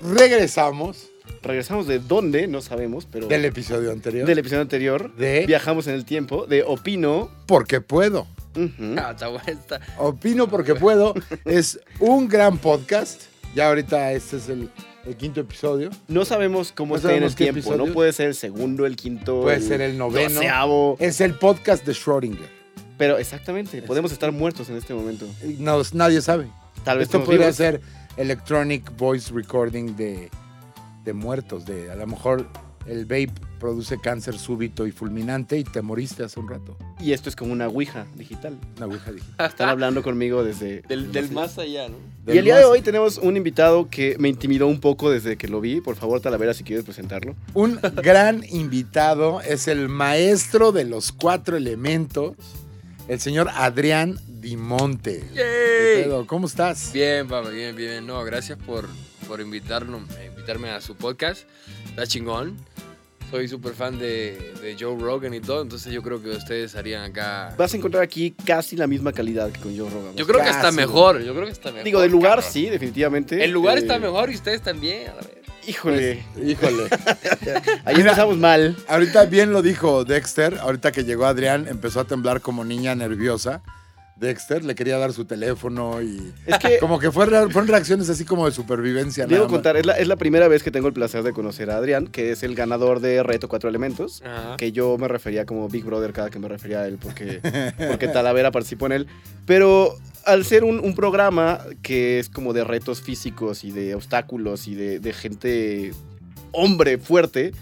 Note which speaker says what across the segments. Speaker 1: Regresamos
Speaker 2: Regresamos de dónde, no sabemos, pero.
Speaker 1: del episodio anterior.
Speaker 2: del episodio anterior.
Speaker 1: De-
Speaker 2: Viajamos en el tiempo. De Opino.
Speaker 1: Porque puedo.
Speaker 2: Ujú.
Speaker 3: Ah, está bueno, está-
Speaker 1: Opino porque puedo. Es un gran podcast. Ya ahorita este es el, el quinto episodio.
Speaker 2: No sabemos cómo
Speaker 1: No
Speaker 2: está en
Speaker 1: sabemos
Speaker 2: el
Speaker 1: qué
Speaker 2: tiempo.
Speaker 1: episodio.
Speaker 2: No puede ser el segundo, el quinto.
Speaker 1: Puede ser el noveno. Eh,
Speaker 2: doceavo.
Speaker 1: Es el podcast de Schrödinger.
Speaker 2: Pero exactamente, podemos estar muertos en este momento.
Speaker 1: No, nadie sabe.
Speaker 2: Tal vez
Speaker 1: Esto
Speaker 2: estemos
Speaker 1: podría
Speaker 2: vivos.
Speaker 1: ser electronic voice recording de, de muertos. De, a lo mejor el vape produce cáncer súbito y fulminante y te moriste hace un rato.
Speaker 2: Y esto es como una ouija digital.
Speaker 1: Una ouija digital.
Speaker 2: Están hablando conmigo desde...
Speaker 3: Del,
Speaker 2: desde-
Speaker 3: del más allá, ¿no?
Speaker 2: Y el día de hoy tenemos un invitado que me intimidó un poco desde que lo vi. Por favor, Talavera, si quieres presentarlo.
Speaker 1: Un gran invitado es el maestro de los cuatro elementos, el señor Adrián Dimonte.
Speaker 3: ¡Yay!
Speaker 1: Pedro, ¿Cómo estás?
Speaker 3: Bien, papá, bien, bien. No, gracias por, por invitarnos, invitarme a su podcast. Está chingón. Soy súper fan de, de Joe Rogan y todo, entonces yo creo que ustedes harían acá.
Speaker 2: Vas a encontrar aquí casi la misma calidad que con Joe Rogan.
Speaker 3: Yo creo que está
Speaker 1: Casi,
Speaker 3: mejor, yo creo que está mejor.
Speaker 2: Digo, del lugar
Speaker 3: cabrón.
Speaker 2: sí, definitivamente.
Speaker 3: El lugar
Speaker 2: Eh,
Speaker 3: está mejor y ustedes también. A la verga.
Speaker 2: Híjole,
Speaker 1: Híjole.
Speaker 2: ahí empezamos mal.
Speaker 1: Ahorita bien lo dijo Dexter, ahorita que llegó Adrián empezó a temblar como niña nerviosa. Dexter le quería dar su teléfono y
Speaker 2: Es que...
Speaker 1: como que fue re- fueron reacciones así como de supervivencia. nada
Speaker 2: Debo
Speaker 1: más.
Speaker 2: contar, es la, es la primera vez que tengo el placer de conocer a Adrián, que es el ganador de Reto Cuatro Elementos.
Speaker 3: Ajá.
Speaker 2: que yo me refería como Big Brother cada que me refería a él porque, porque Talavera participó en él. Pero al ser un, un programa que es como de retos físicos y de obstáculos y de, de gente hombre fuerte,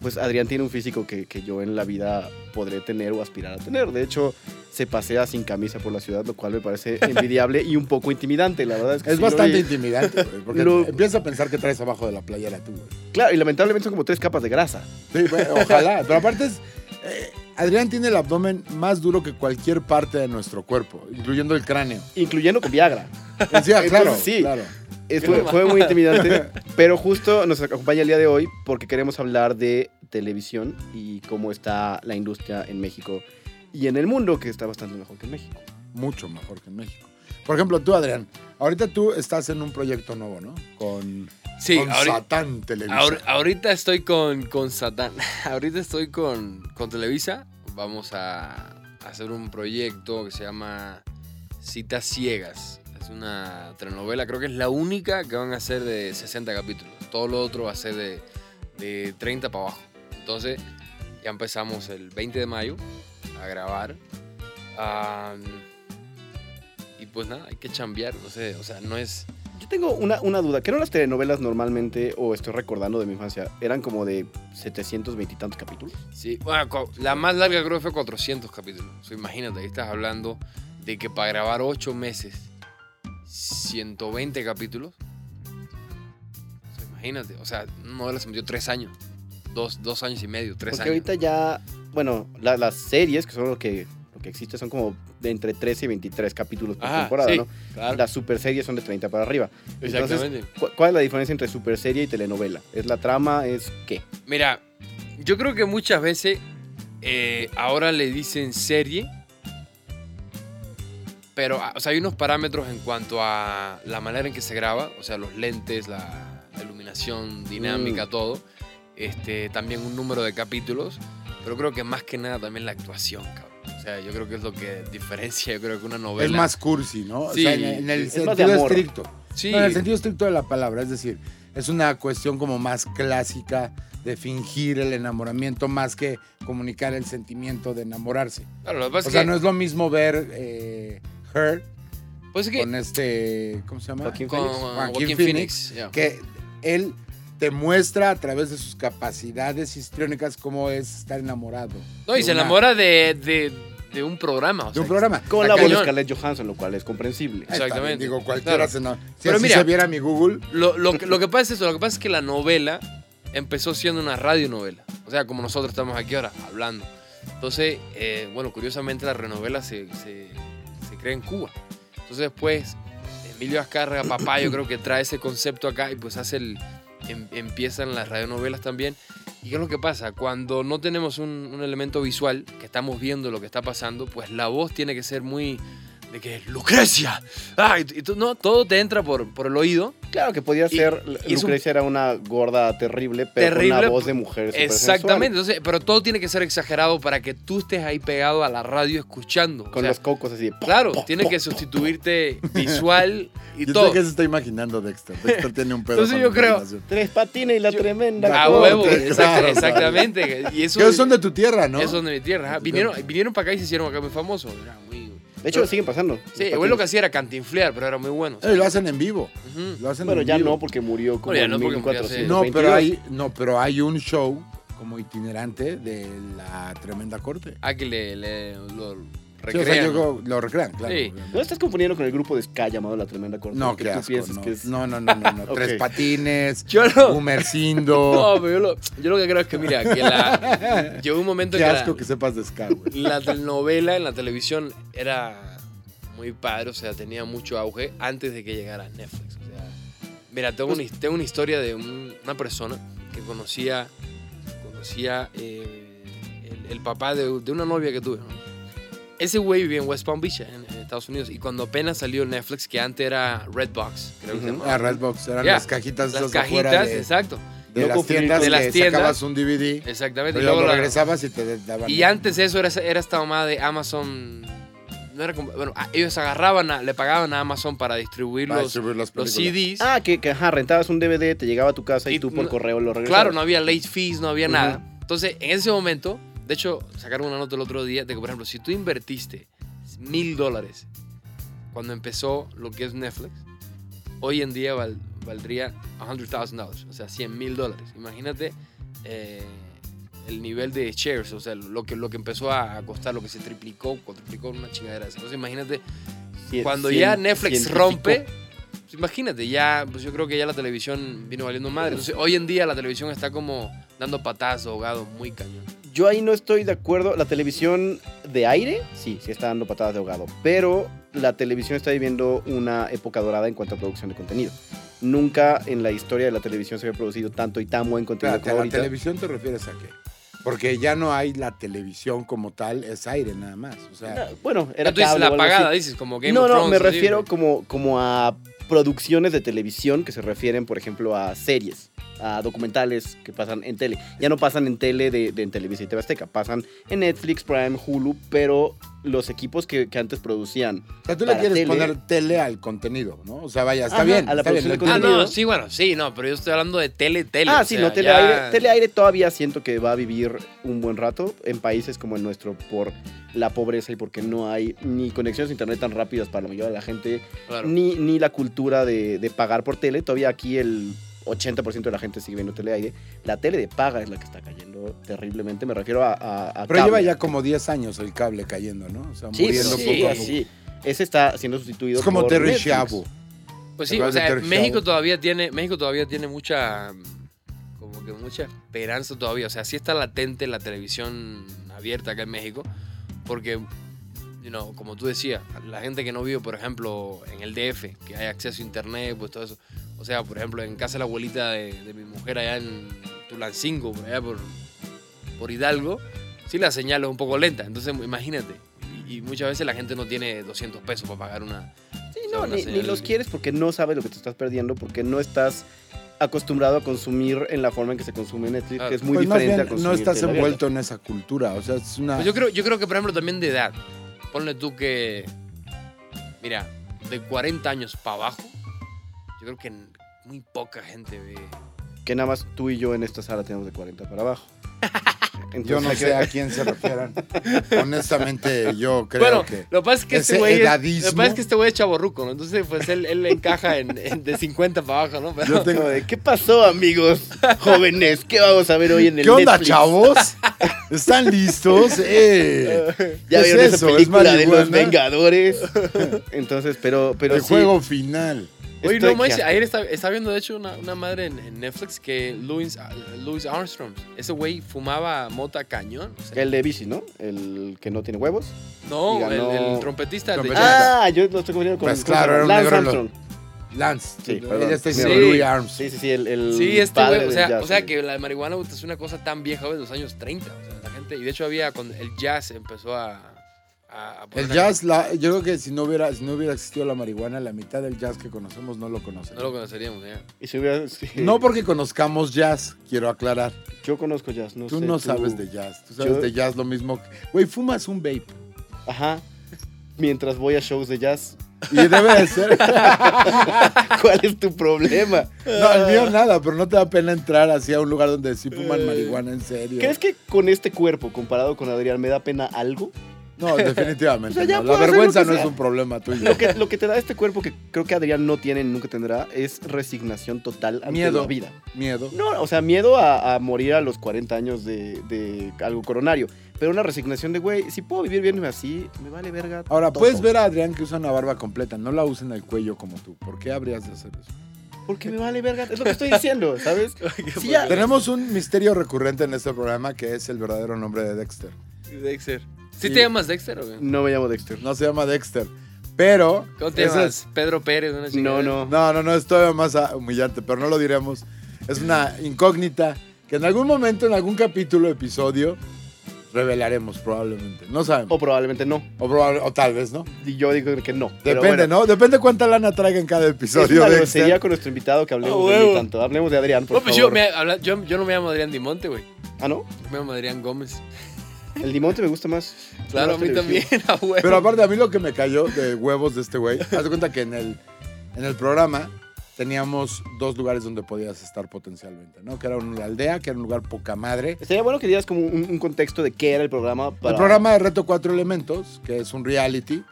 Speaker 2: pues Adrián tiene un físico que, que yo en la vida podré tener o aspirar a tener. De hecho, se pasea sin camisa por la ciudad, lo cual me parece envidiable y un poco intimidante, la verdad. Es, que
Speaker 1: Es
Speaker 2: sí lo
Speaker 1: bastante
Speaker 2: vi.
Speaker 1: intimidante, güey, porque
Speaker 2: Lo-
Speaker 1: empieza a pensar que traes abajo de la playera tú. güey.
Speaker 2: Claro, y lamentablemente son como tres capas de grasa.
Speaker 1: Sí, bueno, ojalá. Pero aparte es. eh, Adrián tiene el abdomen más duro que cualquier parte de nuestro cuerpo, incluyendo el cráneo.
Speaker 2: Incluyendo con Viagra.
Speaker 1: Sí, ah, claro,
Speaker 2: sí.
Speaker 1: claro.
Speaker 2: Es- fue, fue muy intimidante, pero justo nos acompaña el día de hoy porque queremos hablar de televisión y cómo está la industria en México y en el mundo, que está bastante mejor que en México.
Speaker 1: Mucho mejor que en México. Por ejemplo, tú, Adrián, ahorita tú estás en un proyecto nuevo, ¿no? Con,
Speaker 3: Sí,
Speaker 1: con
Speaker 3: ahorita,
Speaker 1: Satán Televisión.
Speaker 3: Ahor- ahorita estoy con, con Satán. Ahorita estoy con, con Televisa. Vamos a hacer un proyecto que se llama Citas Ciegas. Es una telenovela, creo que es la única que van a hacer de 60 capítulos. Todo lo otro va a ser de, de 30 para abajo. Entonces, ya empezamos el 20 de mayo a grabar. Ah, y pues nada, hay que chambear. No sé, o sea, no es.
Speaker 2: Yo tengo una, una duda. ¿Qué eran las telenovelas normalmente, o estoy recordando de mi infancia, eran como de 720 y tantos capítulos?
Speaker 3: Sí, bueno, co- la más larga creo que fue 400 capítulos. O sea, imagínate, ahí estás hablando de que para grabar 8 meses, 120 capítulos. O sea, imagínate, o sea, una novela se metió 3 años. 2 años y medio, 3
Speaker 2: Porque
Speaker 3: años.
Speaker 2: ahorita ya, bueno, la- las series, que son lo que, lo que existe, son como de entre 13 y 23 capítulos por
Speaker 3: Ajá,
Speaker 2: temporada,
Speaker 3: sí,
Speaker 2: ¿no?
Speaker 3: claro,
Speaker 2: Las super series son de 30 para arriba. Entonces,
Speaker 3: exactamente.
Speaker 2: ¿Cu- ¿Cuál es la diferencia entre super serie y telenovela? ¿Es la trama? ¿Es qué?
Speaker 3: Mira, yo creo que muchas veces eh, ahora le dicen serie, pero ah, o sea, hay unos parámetros en cuanto a la manera en que se graba, o sea, los lentes, la la iluminación
Speaker 1: Mm.
Speaker 3: dinámica, todo. Este, también un número de capítulos, pero creo que más que nada también la actuación, cabrón. O sea, yo creo que es lo que diferencia, yo creo que una novela.
Speaker 1: es más cursi, ¿no?
Speaker 3: Sí,
Speaker 1: o sea, en, en el
Speaker 2: es más de
Speaker 1: sentido
Speaker 2: amor.
Speaker 1: estricto.
Speaker 3: Sí,
Speaker 1: No, en el sentido estricto de la palabra, es decir, es una cuestión como más clásica de fingir el enamoramiento más que comunicar el sentimiento de enamorarse.
Speaker 3: claro, lo que
Speaker 1: o
Speaker 3: pasa es
Speaker 1: sea,
Speaker 3: Pues que-
Speaker 1: no es lo mismo ver eh, Her
Speaker 3: pues es que
Speaker 1: con este, ¿cómo se llama?
Speaker 2: Joaquín
Speaker 3: con
Speaker 2: Phoenix.
Speaker 3: Joaquín
Speaker 1: Joaquín
Speaker 3: Phoenix, ya.
Speaker 1: Que él te muestra a través de sus capacidades histriónicas cómo es estar enamorado.
Speaker 3: No, y
Speaker 1: de
Speaker 3: se
Speaker 1: una-
Speaker 3: enamora de, de- de un programa. o
Speaker 1: de
Speaker 3: sea,
Speaker 1: un programa.
Speaker 2: Con la
Speaker 3: Está
Speaker 2: voz de
Speaker 3: cañón.
Speaker 2: Scarlett Johansson, lo cual es comprensible.
Speaker 1: Ahí está,
Speaker 3: Exactamente.
Speaker 1: Digo, cualquiera
Speaker 3: Claro.
Speaker 1: se enamora. Si
Speaker 3: Pero
Speaker 1: así
Speaker 3: mira-
Speaker 1: se viera mi Google,
Speaker 3: Lo, lo que- lo que pasa es eso, lo que pasa es que la novela empezó siendo una radionovela. O sea, como nosotros estamos aquí ahora hablando. Entonces, eh, bueno, curiosamente la radionovela se, se, se crea en Cuba. Entonces después, Emilio Azcárraga, papá, yo creo que trae ese concepto acá y pues hace el, em- empiezan las radionovelas también. ¿Y qué es lo que pasa? Cuando no tenemos un, un elemento visual, que estamos viendo lo que está pasando, pues la voz tiene que ser muy de que Lucrecia. Ah, y, y tú- no, todo te entra por, por el oído.
Speaker 2: Claro que podía
Speaker 3: Y-
Speaker 2: ser.
Speaker 3: y es un-
Speaker 2: Lucrecia era una gorda terrible, pero con
Speaker 3: Terrible,
Speaker 2: una voz de mujer. supersensual.
Speaker 3: Exactamente. Entonces, pero todo tiene que ser exagerado para que tú estés ahí pegado a la radio escuchando. O
Speaker 2: Con
Speaker 3: sea,
Speaker 2: los cocos así. de-
Speaker 3: Claro, tiene que sustituirte visual y
Speaker 4: Yo
Speaker 3: todo.
Speaker 4: sé que se está imaginando Dexter. Dexter tiene un pedo.
Speaker 3: Entonces
Speaker 4: con
Speaker 3: yo
Speaker 4: la
Speaker 3: creo-
Speaker 4: relación.
Speaker 2: Tres patines y la
Speaker 3: Yo-
Speaker 2: tremenda.
Speaker 3: A
Speaker 4: Claro,
Speaker 3: huevo,
Speaker 4: claro,
Speaker 3: exacta-
Speaker 4: claro.
Speaker 3: exactamente. Y eso,
Speaker 4: Que son de tu tierra, ¿no?
Speaker 3: Esos son de mi tierra. ajá.
Speaker 4: De tu
Speaker 3: Vinieron,
Speaker 4: tierra.
Speaker 3: vinieron para acá y se hicieron acá muy famosos. Era muy-
Speaker 2: De hecho, siguen pasando. los
Speaker 3: Sí, el
Speaker 2: patines.
Speaker 3: güey lo que hacía era cantinflear, pero era muy bueno. o sea,
Speaker 4: Eh, lo hacen en vivo.
Speaker 3: ujú.
Speaker 4: Lo hacen
Speaker 2: Bueno,
Speaker 4: en
Speaker 2: ya
Speaker 4: vivo.
Speaker 2: no, porque murió como
Speaker 3: Bueno, ya
Speaker 2: en
Speaker 3: no, porque murió hace-
Speaker 2: 1422.
Speaker 3: Sí,
Speaker 1: No, pero hay, no, pero hay un show como itinerante de la tremenda corte.
Speaker 3: Ah, que le, le- lo
Speaker 4: Sí, o
Speaker 3: recrean.
Speaker 4: sea, yo creo- lo recrean, claro.
Speaker 3: Sí.
Speaker 2: No estás confundiendo con el grupo de Sky llamado La Tremenda Corte.
Speaker 1: No,
Speaker 2: que
Speaker 1: qué
Speaker 2: tú
Speaker 1: asco.
Speaker 2: piensas
Speaker 1: no.
Speaker 2: que es-
Speaker 1: no, no, no, no, no.
Speaker 2: Ok.
Speaker 1: Tres patines,
Speaker 3: Yo no-
Speaker 1: Humercindo.
Speaker 3: No, pero yo lo, yo lo que creo es que, mira, que la, llegó un momento
Speaker 4: Qué
Speaker 3: que, la-
Speaker 4: asco que sepas de Scar, güey.
Speaker 3: la telenovela en la televisión era muy padre, o sea, tenía mucho auge antes de que llegara Netflix. O sea, mira, tengo, una,
Speaker 1: Pues
Speaker 3: his- tengo una historia de un- una persona que conocía, conocía eh, el, el papá de, de una novia que tuve. ¿no? Ese güey vivía en West Palm Beach, en, en Estados Unidos, y cuando apenas salió Netflix, que antes era Redbox, creo que se
Speaker 2: Ujú.
Speaker 3: llamaba.
Speaker 1: Ah, Redbox, eran
Speaker 3: Ya,
Speaker 1: las cajitas
Speaker 3: Las
Speaker 1: Ah, esas de afuera
Speaker 3: cajitas,
Speaker 1: de,
Speaker 3: exacto.
Speaker 1: de
Speaker 2: No
Speaker 1: las
Speaker 2: confundir
Speaker 1: tiendas
Speaker 3: con- de las
Speaker 1: que
Speaker 3: tiendas.
Speaker 1: sacabas un DVD.
Speaker 3: Exactamente.
Speaker 1: Pero luego
Speaker 3: y luego
Speaker 1: lo
Speaker 3: la-
Speaker 1: regresabas y te daban.
Speaker 3: Y antes de eso era, esa- era esta mamá de Amazon. No era como- bueno, a- ellos agarraban, a- le pagaban a Amazon para distribuir
Speaker 4: Para
Speaker 3: los,
Speaker 4: distribuir las
Speaker 3: los
Speaker 4: películas.
Speaker 3: CDs.
Speaker 2: Ah, que, que, ajá, rentabas un DVD, te llegaba a tu casa y,
Speaker 3: Y
Speaker 2: tú por
Speaker 3: no-
Speaker 2: correo lo regresabas.
Speaker 3: claro, no había late fees, no había
Speaker 2: Ujú.
Speaker 3: nada. Entonces, en ese momento, de hecho, sacaron una nota el otro día de que, por ejemplo, si tú invertiste mil dólares cuando empezó lo que es Netflix, hoy en día val- valdría $100,000, o sea, 100 mil dólares. Imagínate eh, el nivel de shares, o sea, lo que, lo que empezó a costar, lo que se triplicó, cuatriplicó, una chingadera. esa. Entonces, imagínate
Speaker 2: Cien-
Speaker 3: cuando
Speaker 2: cien-
Speaker 3: ya Netflix
Speaker 2: científico.
Speaker 3: rompe, pues imagínate, ya, pues yo creo que ya la televisión vino valiendo madre. Entonces, hoy en día la televisión está como dando patadas ahogado, muy cañón.
Speaker 2: Yo ahí no estoy de acuerdo. La televisión de aire, sí, sí está dando patadas de ahogado. Pero la televisión está viviendo una época dorada en cuanto a producción de contenido. Nunca en la historia de la televisión se había producido tanto y tan buen contenido
Speaker 1: Espérate, ¿a
Speaker 2: como
Speaker 1: la
Speaker 2: ahorita.
Speaker 1: televisión te refieres a qué? Porque ya no hay la televisión como tal, es aire nada más. O sea,
Speaker 2: No, Bueno,
Speaker 3: Pero
Speaker 2: era
Speaker 3: tú dices
Speaker 2: cable
Speaker 3: la
Speaker 2: o algo así.
Speaker 3: apagada, dices, como Game
Speaker 2: no,
Speaker 3: of
Speaker 2: no,
Speaker 3: Thrones.
Speaker 2: me
Speaker 3: así,
Speaker 2: refiero
Speaker 3: güey.
Speaker 2: como, como a producciones de televisión que se refieren, por ejemplo, a series, a documentales que pasan en tele. Ya no pasan en tele de, de en Televisa y TV Azteca, pasan en Netflix, Prime, Hulu, pero los equipos que, que antes producían.
Speaker 1: o sea, tú le
Speaker 2: para
Speaker 1: quieres
Speaker 2: tele.
Speaker 1: poner tele al contenido, ¿no? O sea, vaya, está
Speaker 2: Ajá,
Speaker 1: bien.
Speaker 2: a la
Speaker 1: está bien,
Speaker 2: producción de
Speaker 1: lo
Speaker 3: Ah,
Speaker 1: entiendo.
Speaker 3: no,
Speaker 2: contenido.
Speaker 3: sí, bueno, sí, no, pero yo estoy hablando de tele, tele.
Speaker 2: ah,
Speaker 3: o
Speaker 2: sí,
Speaker 3: sea,
Speaker 2: no, teleaire,
Speaker 3: ya-
Speaker 2: teleaire todavía siento que va a vivir un buen rato en países como el nuestro por la pobreza y porque no hay ni conexiones a internet tan rápidas para la mayoría de la gente.
Speaker 3: Claro.
Speaker 2: ni, ni la cultura de, de pagar por tele. Todavía aquí el 80% de la gente sigue viendo teleaire. La tele de paga es la que está cayendo terriblemente. Me refiero a. a, a
Speaker 1: Pero lleva
Speaker 2: cable.
Speaker 1: ya como 10 años el cable cayendo, ¿no? O sea,
Speaker 2: Sí, pues
Speaker 1: muriendo
Speaker 2: sí,
Speaker 1: poco a
Speaker 2: sí,
Speaker 1: poco.
Speaker 2: sí. Ese está siendo sustituido.
Speaker 1: Es como
Speaker 2: por
Speaker 1: Terry
Speaker 2: Netflix.
Speaker 1: Schiavo.
Speaker 3: Pues sí,
Speaker 1: Te
Speaker 3: o
Speaker 1: vas a
Speaker 3: sea,
Speaker 1: meter
Speaker 3: México
Speaker 1: chavo.
Speaker 3: todavía tiene, México todavía tiene mucha, mm, como que mucha esperanza todavía. O sea, sí está latente la televisión abierta acá en México, porque, you know, como tú decías, la gente que no vive, por ejemplo, en el DF, que hay acceso a internet, pues todo eso. O sea, por ejemplo, en casa de la abuelita de, de mi mujer allá en Tulancingo, por allá por, por Hidalgo, sí la señal es un poco lenta. Entonces, imagínate. Y y muchas veces la gente no tiene 200 pesos para pagar una...
Speaker 2: Sí, no,
Speaker 3: Son
Speaker 2: ni,
Speaker 3: las
Speaker 2: ni los
Speaker 3: señales.
Speaker 2: quieres porque no sabes lo que te estás perdiendo, porque no estás acostumbrado a consumir en la forma en que se consume Netflix,
Speaker 3: Claro.
Speaker 2: que es muy
Speaker 1: Pues más
Speaker 2: diferente a
Speaker 1: bien,
Speaker 2: consumir
Speaker 1: no estás
Speaker 2: tele abierta.
Speaker 1: envuelto en esa cultura. O sea, es una.
Speaker 3: Pues yo creo, yo creo que, por ejemplo, también de edad. Ponle tú que. Mira, de 40 años para abajo, yo creo que n- muy poca gente ve.
Speaker 2: Que nada más tú y yo en esta sala tenemos de 40 para abajo. Entonces,
Speaker 1: Yo no
Speaker 2: hay que-
Speaker 1: sé a quién se refieren. Honestamente, yo creo
Speaker 3: bueno,
Speaker 1: que.
Speaker 3: lo que pasa es que este
Speaker 1: ese
Speaker 3: güey. es-
Speaker 1: edadismo-
Speaker 3: Lo que pasa es que este güey es chaborruco, ¿no? Entonces, pues él, él encaja en, en de 50 para abajo, ¿no? Pero-
Speaker 4: Yo tengo.
Speaker 2: Como de, ¿Qué pasó, amigos jóvenes? ¿Qué vamos a ver hoy en el
Speaker 4: ¿Qué onda,
Speaker 2: Netflix?
Speaker 4: chavos? ¿Están listos? ¡Eh!
Speaker 2: Ya
Speaker 4: ¿Qué
Speaker 2: vieron
Speaker 4: es
Speaker 2: esa
Speaker 4: eso? ¿Es
Speaker 2: película de
Speaker 4: marihuana?
Speaker 2: los Vengadores. Entonces, pero, pero
Speaker 4: el
Speaker 2: sí,
Speaker 4: juego final.
Speaker 3: Oye,
Speaker 2: estoy
Speaker 3: no manches,
Speaker 2: que-
Speaker 3: ayer está, está viendo, de hecho, una, una madre en, en Netflix que Louis, ah, Louis Armstrong, ese güey fumaba mota cañón. o sea,
Speaker 2: El de bici, ¿no? El que no tiene huevos.
Speaker 3: no,
Speaker 2: diga,
Speaker 3: el,
Speaker 2: no.
Speaker 3: el trompetista. de
Speaker 1: Trompetista.
Speaker 3: jazz.
Speaker 2: Ah, yo lo estoy confundiendo con
Speaker 1: Pues claro, era un
Speaker 2: Lance
Speaker 1: negro en los-
Speaker 2: Armstrong.
Speaker 1: Lance.
Speaker 2: Sí, perdón.
Speaker 1: Ella está
Speaker 2: Sí.
Speaker 1: diciendo Louis Arms.
Speaker 2: Sí, sí, sí, el, el
Speaker 3: Sí, este
Speaker 2: padre
Speaker 3: güey, o
Speaker 2: del
Speaker 3: sea,
Speaker 2: jazz,
Speaker 3: o sea
Speaker 2: sí.
Speaker 3: que la marihuana es una cosa tan vieja güey, de los años 30, o sea, la gente, y de hecho había, cuando el jazz empezó a, a a- a poner
Speaker 1: El
Speaker 3: a-
Speaker 1: jazz, la- yo creo que si no, hubiera, si no hubiera existido la marihuana, la mitad del jazz que conocemos no lo conocemos.
Speaker 3: No lo conoceríamos, ¿eh?
Speaker 2: Y si hubiera- sí.
Speaker 1: No porque conozcamos jazz, quiero aclarar.
Speaker 2: Yo conozco jazz, no
Speaker 1: tú
Speaker 2: sé,
Speaker 1: no sabes de jazz. Tú sabes
Speaker 2: Yo-
Speaker 1: de jazz lo mismo. que- Güey, fumas un vape.
Speaker 2: Ajá. Mientras voy a shows de jazz,
Speaker 1: Y debe de ser.
Speaker 2: ¿cuál es tu problema?
Speaker 1: No, el mío nada, pero no te da pena entrar así a un lugar donde sí fuman marihuana en serio.
Speaker 2: Eh, ¿Crees que con este cuerpo comparado con Adrián me da pena algo?
Speaker 1: No, definitivamente.
Speaker 2: O sea, ya
Speaker 1: no.
Speaker 2: puedo
Speaker 1: La
Speaker 2: hacer lo
Speaker 1: vergüenza
Speaker 2: que
Speaker 1: no es
Speaker 2: sea.
Speaker 1: un problema tuyo.
Speaker 2: Lo que, lo que te da este cuerpo que creo que Adrián no tiene y nunca tendrá es resignación total ante
Speaker 1: Miedo.
Speaker 2: la vida.
Speaker 1: Miedo.
Speaker 2: No, o sea, miedo a, a morir a los 40 años de, de algo coronario. Pero una resignación de, güey, si puedo vivir bien así, me vale verga.
Speaker 1: Ahora,
Speaker 2: todo.
Speaker 1: puedes ver a Adrián que usa una barba completa, no la usa en el cuello como tú. ¿Por qué habrías de hacer eso?
Speaker 2: Porque me vale verga. Es lo que estoy diciendo, ¿sabes? Sí, ya-
Speaker 1: Tenemos un misterio recurrente en este programa que es el verdadero nombre de Dexter.
Speaker 3: Dexter. ¿Sí,
Speaker 1: Sí.
Speaker 3: te llamas Dexter o qué?
Speaker 2: No me llamo Dexter.
Speaker 1: No se llama Dexter, pero...
Speaker 3: ¿Cómo te
Speaker 1: ese
Speaker 3: llamas? Pedro Pérez, una chica.
Speaker 2: No, no.
Speaker 1: es- no, no, no, es todavía más ah, humillante, pero no lo diremos. Es una incógnita que en algún momento, en algún capítulo, episodio, revelaremos probablemente. No sabemos.
Speaker 2: O probablemente no.
Speaker 1: O, probable- o tal vez, ¿no?
Speaker 2: Y Yo digo que no. pero
Speaker 1: Depende,
Speaker 2: bueno.
Speaker 1: ¿no? Depende cuánta lana traiga en cada
Speaker 2: Es una
Speaker 1: episodio. este. Dexter.
Speaker 2: grosería con nuestro invitado que hablemos
Speaker 3: Ah,
Speaker 2: de
Speaker 3: huevo.
Speaker 2: él tanto. Hablemos de Adrián, por
Speaker 3: No, pues yo,
Speaker 2: favor.
Speaker 3: me, habla- yo, yo no me llamo Adrián Dimonte, güey.
Speaker 2: Ah, ¿no?
Speaker 3: Yo me llamo Adrián Gómez.
Speaker 2: El limón te me gusta más.
Speaker 3: Claro, a
Speaker 2: Más
Speaker 3: mí también,
Speaker 2: televisivo.
Speaker 3: a huevo.
Speaker 1: Pero aparte, a mí lo que me cayó de huevos de este güey, haz de cuenta que en el, en el programa teníamos dos lugares donde podías estar potencialmente, ¿no? Que era una aldea, que era un lugar poca madre.
Speaker 2: Estaría bueno que dieras como un, un contexto de qué era el programa. Para...
Speaker 1: El programa de Reto Cuatro Elementos, que es un reality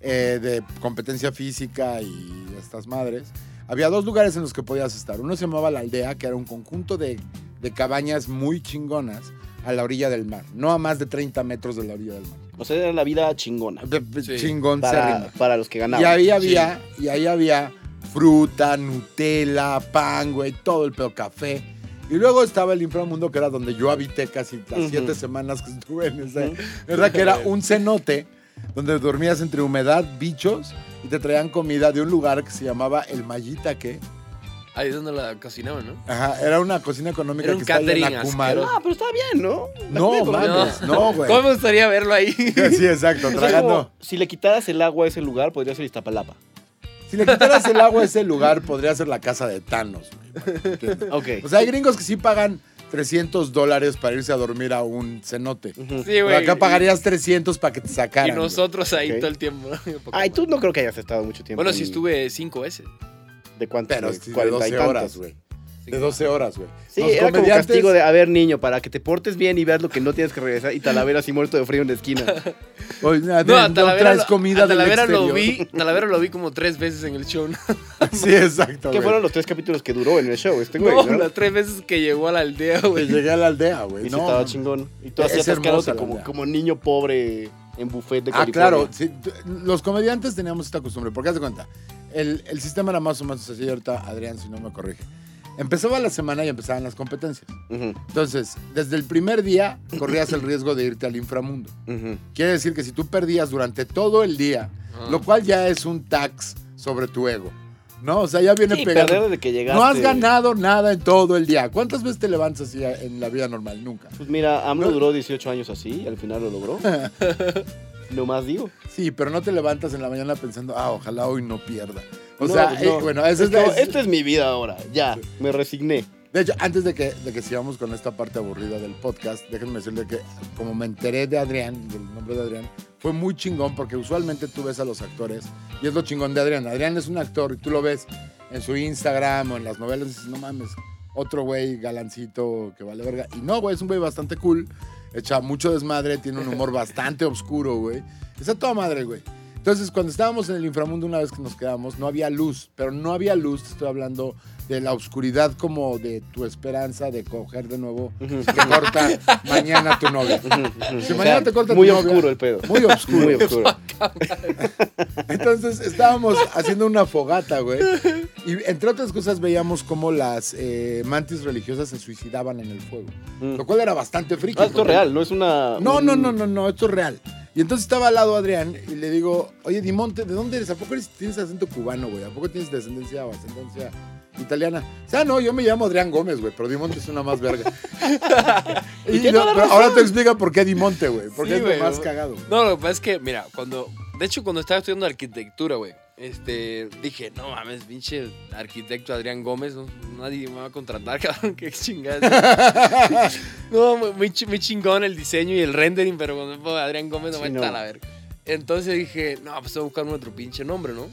Speaker 1: eh, de competencia física y estas madres. Había dos lugares en los que podías estar. Uno se llamaba La Aldea, que era un conjunto de, de cabañas muy chingonas a la orilla del mar, no a más de 30 metros de la orilla del mar.
Speaker 2: O sea, era la vida chingona.
Speaker 1: De- de-
Speaker 3: Sí.
Speaker 1: Chingón,
Speaker 2: Para,
Speaker 1: cérrimo.
Speaker 2: para los que
Speaker 1: Y
Speaker 2: ganaban.
Speaker 1: ahí había, y ahí había fruta, Nutella, pan, güey, todo el pedo café. Y luego estaba el inframundo, que era donde yo habité casi las
Speaker 2: Ujú.
Speaker 1: siete semanas que estuve en ese. ¿Verdad? Que era un cenote donde dormías entre humedad, bichos, y te traían comida de un lugar que se llamaba El Mallita, que
Speaker 3: Ahí es donde la cocinaban, ¿no?
Speaker 1: ajá, era una cocina económica
Speaker 3: Era un
Speaker 1: que está ahí en
Speaker 3: catering
Speaker 1: Akumal.
Speaker 3: asqueroso.
Speaker 2: Ah, pero estaba bien, ¿no?
Speaker 1: No,
Speaker 2: Ah,
Speaker 1: mames,
Speaker 2: pues,
Speaker 1: no, güey.
Speaker 3: ¿Cómo me gustaría verlo ahí?
Speaker 1: Sí, exacto,
Speaker 2: O sea, es como,
Speaker 1: tragando.
Speaker 2: si le quitaras el agua a ese lugar, podría ser Iztapalapa.
Speaker 1: Si le quitaras el agua a ese lugar, podría ser la casa de Thanos, güey. ¿entiendes?
Speaker 2: Ok.
Speaker 1: O sea, hay gringos que sí pagan 300 dólares para irse a dormir a un cenote.
Speaker 2: Ujú.
Speaker 3: Sí,
Speaker 1: Pero
Speaker 3: güey.
Speaker 1: acá pagarías 300 para que te
Speaker 3: Y
Speaker 1: sacaran. güey.
Speaker 3: nosotros ahí
Speaker 2: Ok.
Speaker 3: todo el tiempo. ¿no? Poco
Speaker 2: Ay,
Speaker 3: más.
Speaker 2: tú no creo que hayas estado mucho tiempo.
Speaker 3: Bueno,
Speaker 2: en-
Speaker 3: sí estuve cinco veces.
Speaker 2: ¿De cuántas?
Speaker 1: Pero
Speaker 2: De
Speaker 1: sí, de
Speaker 2: 40 y
Speaker 1: 12
Speaker 2: tantas.
Speaker 1: horas, güey. De 12 horas, güey.
Speaker 2: Sí,
Speaker 1: Los
Speaker 2: era como
Speaker 1: comediantes-
Speaker 2: castigo de, a ver, niño, para que te portes bien y veas lo que no tienes que regresar y Talavera así muerto de frío en la esquina.
Speaker 1: Oye, Adrián,
Speaker 3: No, a
Speaker 1: no
Speaker 3: Talavera,
Speaker 1: traes
Speaker 3: lo-
Speaker 1: comida
Speaker 3: a
Speaker 1: del
Speaker 3: Talavera lo
Speaker 1: exterior.
Speaker 3: vi, Talavera lo vi como tres veces en el show. ¿no?
Speaker 1: Sí, exacto,
Speaker 2: que
Speaker 1: güey.
Speaker 2: fueron los tres capítulos que duró en el show este güey,
Speaker 3: No,
Speaker 2: ¿no?
Speaker 3: las tres veces que llegó a la aldea,
Speaker 1: Que
Speaker 3: güey.
Speaker 1: llegué a la aldea, güey.
Speaker 2: Y sí
Speaker 1: No,
Speaker 2: estaba
Speaker 1: no.
Speaker 2: chingón. Y tú
Speaker 1: Es
Speaker 2: hacías
Speaker 1: hermosa
Speaker 2: atascándote
Speaker 1: la
Speaker 2: como,
Speaker 1: idea.
Speaker 2: como niño pobre en buffet de
Speaker 1: Ah,
Speaker 2: California.
Speaker 1: claro. sí, t- los comediantes teníamos esta costumbre, porque haz de cuenta, el, el sistema era más o menos así, ahorita Adrián, si no me corrige. Empezaba la semana y empezaban las competencias.
Speaker 2: Ujú,
Speaker 1: Entonces, desde el primer día corrías el riesgo de irte al inframundo.
Speaker 2: ujú.
Speaker 1: Quiere decir que si tú perdías durante todo el día,
Speaker 3: Ah.
Speaker 1: lo cual ya es un tax sobre tu ego, ¿no? O sea, ya viene
Speaker 2: Sí,
Speaker 1: pegado.
Speaker 2: perder desde que llegaste.
Speaker 1: No has ganado nada en todo el día. ¿Cuántas veces te levantas así a- en la vida normal? Nunca.
Speaker 2: Pues mira, AMLO
Speaker 1: No.
Speaker 2: duró 18 años así y al final lo logró. no más digo.
Speaker 1: Sí, pero no te levantas en la mañana pensando, ah, ojalá hoy no pierda. O
Speaker 2: No,
Speaker 1: sea,
Speaker 2: pues
Speaker 1: eh,
Speaker 2: no.
Speaker 1: bueno, eso es,
Speaker 2: Esto-
Speaker 1: es-
Speaker 2: Esta es mi vida ahora, ya, me resigné.
Speaker 1: De hecho, antes de que, de que sigamos con esta parte aburrida del podcast, déjenme decirle que como me enteré de Adrián, del nombre de Adrián, fue muy chingón porque usualmente tú ves a los actores y es lo chingón de Adrián. Adrián es un actor y tú lo ves en su Instagram o en las novelas y dices, no mames, otro güey galancito que vale verga. Y no, güey, es un güey bastante cool, echa mucho desmadre, tiene un humor bastante oscuro, güey. Está toda madre, güey. Entonces, cuando estábamos en el inframundo una vez que nos quedamos, no había luz, pero no había luz, te estoy hablando de la oscuridad como de tu esperanza de coger de nuevo,
Speaker 2: Ujú.
Speaker 1: te corta mañana tu novia. Si
Speaker 2: O
Speaker 1: mañana
Speaker 2: sea,
Speaker 1: te corta
Speaker 2: muy
Speaker 1: tu novia,
Speaker 2: oscuro el pedo.
Speaker 1: Muy oscuro.
Speaker 2: Muy oscuro.
Speaker 1: Entonces estábamos haciendo una fogata, güey. Y entre otras cosas veíamos cómo las eh, mantis religiosas se suicidaban en el fuego.
Speaker 2: Mm.
Speaker 1: Lo cual era bastante friki.
Speaker 2: Ah, esto es
Speaker 1: porque-
Speaker 2: real, Mm. no es una.
Speaker 1: No,
Speaker 2: un-
Speaker 1: no, no, no, no, esto es real. Y entonces estaba al lado Adrián y le digo, oye, Dimonte, ¿de dónde eres? ¿A poco eres- tienes acento cubano, güey? ¿A poco tienes descendencia o ascendencia italiana. O sea, no, yo me llamo Adrián Gómez, güey, pero Dimonte es una más verga. y
Speaker 2: tiene
Speaker 1: yo-
Speaker 2: toda la
Speaker 1: pero ahora te explica por qué Dimonte, güey. Porque
Speaker 3: Sí,
Speaker 1: es
Speaker 3: güey,
Speaker 1: lo más
Speaker 3: güey.
Speaker 1: cagado. güey.
Speaker 3: No, lo que pasa es que, mira, cuando. De hecho, cuando estaba estudiando arquitectura, güey, este, dije, no mames, pinche arquitecto Adrián Gómez, no- nadie me va a contratar, cabrón, qué chingada. no, muy, muy chi- muy chingón el diseño y el rendering, pero cuando pongo Adrián Gómez no
Speaker 2: Sí,
Speaker 3: va a
Speaker 2: no.
Speaker 3: estar a ver. Entonces dije, no, pues tengo que buscarme otro pinche nombre, ¿no?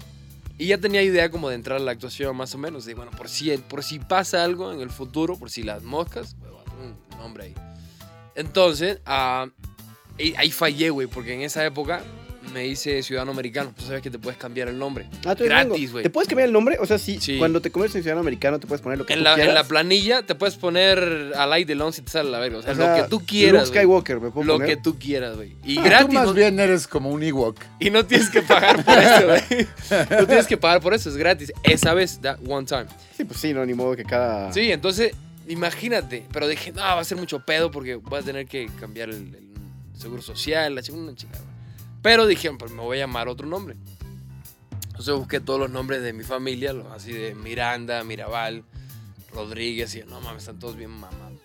Speaker 3: Y ya tenía idea como de entrar a la actuación más o menos. Y bueno, por si, por si pasa algo en el futuro, por si las moscas, pues, voy a poner un nombre ahí. Entonces, ah, y ahí fallé, güey, porque en esa época me hice ciudadano americano. Tú sabes que te puedes cambiar el nombre.
Speaker 2: Ah, tú eres
Speaker 3: gratis,
Speaker 2: gringo.
Speaker 3: güey.
Speaker 2: ¿Te puedes cambiar el nombre? O sea, si
Speaker 3: Sí.
Speaker 2: cuando te conviertes en ciudadano americano te puedes poner lo que
Speaker 3: En
Speaker 2: tú
Speaker 3: la, en
Speaker 2: quieras.
Speaker 3: la planilla te puedes poner al aire del 11 y te sale la verga. O sea,
Speaker 2: O sea,
Speaker 3: lo que tú quieras.
Speaker 2: Luke
Speaker 3: güey.
Speaker 2: Skywalker, me puedo
Speaker 3: Lo
Speaker 2: poner. Ah,
Speaker 3: que tú quieras, güey. Y
Speaker 1: Tú
Speaker 3: gratis.
Speaker 1: más
Speaker 3: no-
Speaker 1: bien eres como un Ewok.
Speaker 3: Y no tienes que pagar por eso, güey. No tienes que pagar por eso, es gratis. Esa vez, that one time.
Speaker 2: Sí, pues sí, no, ni modo que
Speaker 1: Ah.
Speaker 2: cada...
Speaker 3: Sí, entonces, imagínate. Pero dije, no, va a ser mucho pedo porque voy a tener que cambiar el, el seguro social, la chingada, una chingada. Pero dije, pues me voy a llamar otro nombre. Entonces busqué todos los nombres de mi familia, los así de Miranda, Mirabal, Rodríguez, y yo, no mames, están todos bien mamados.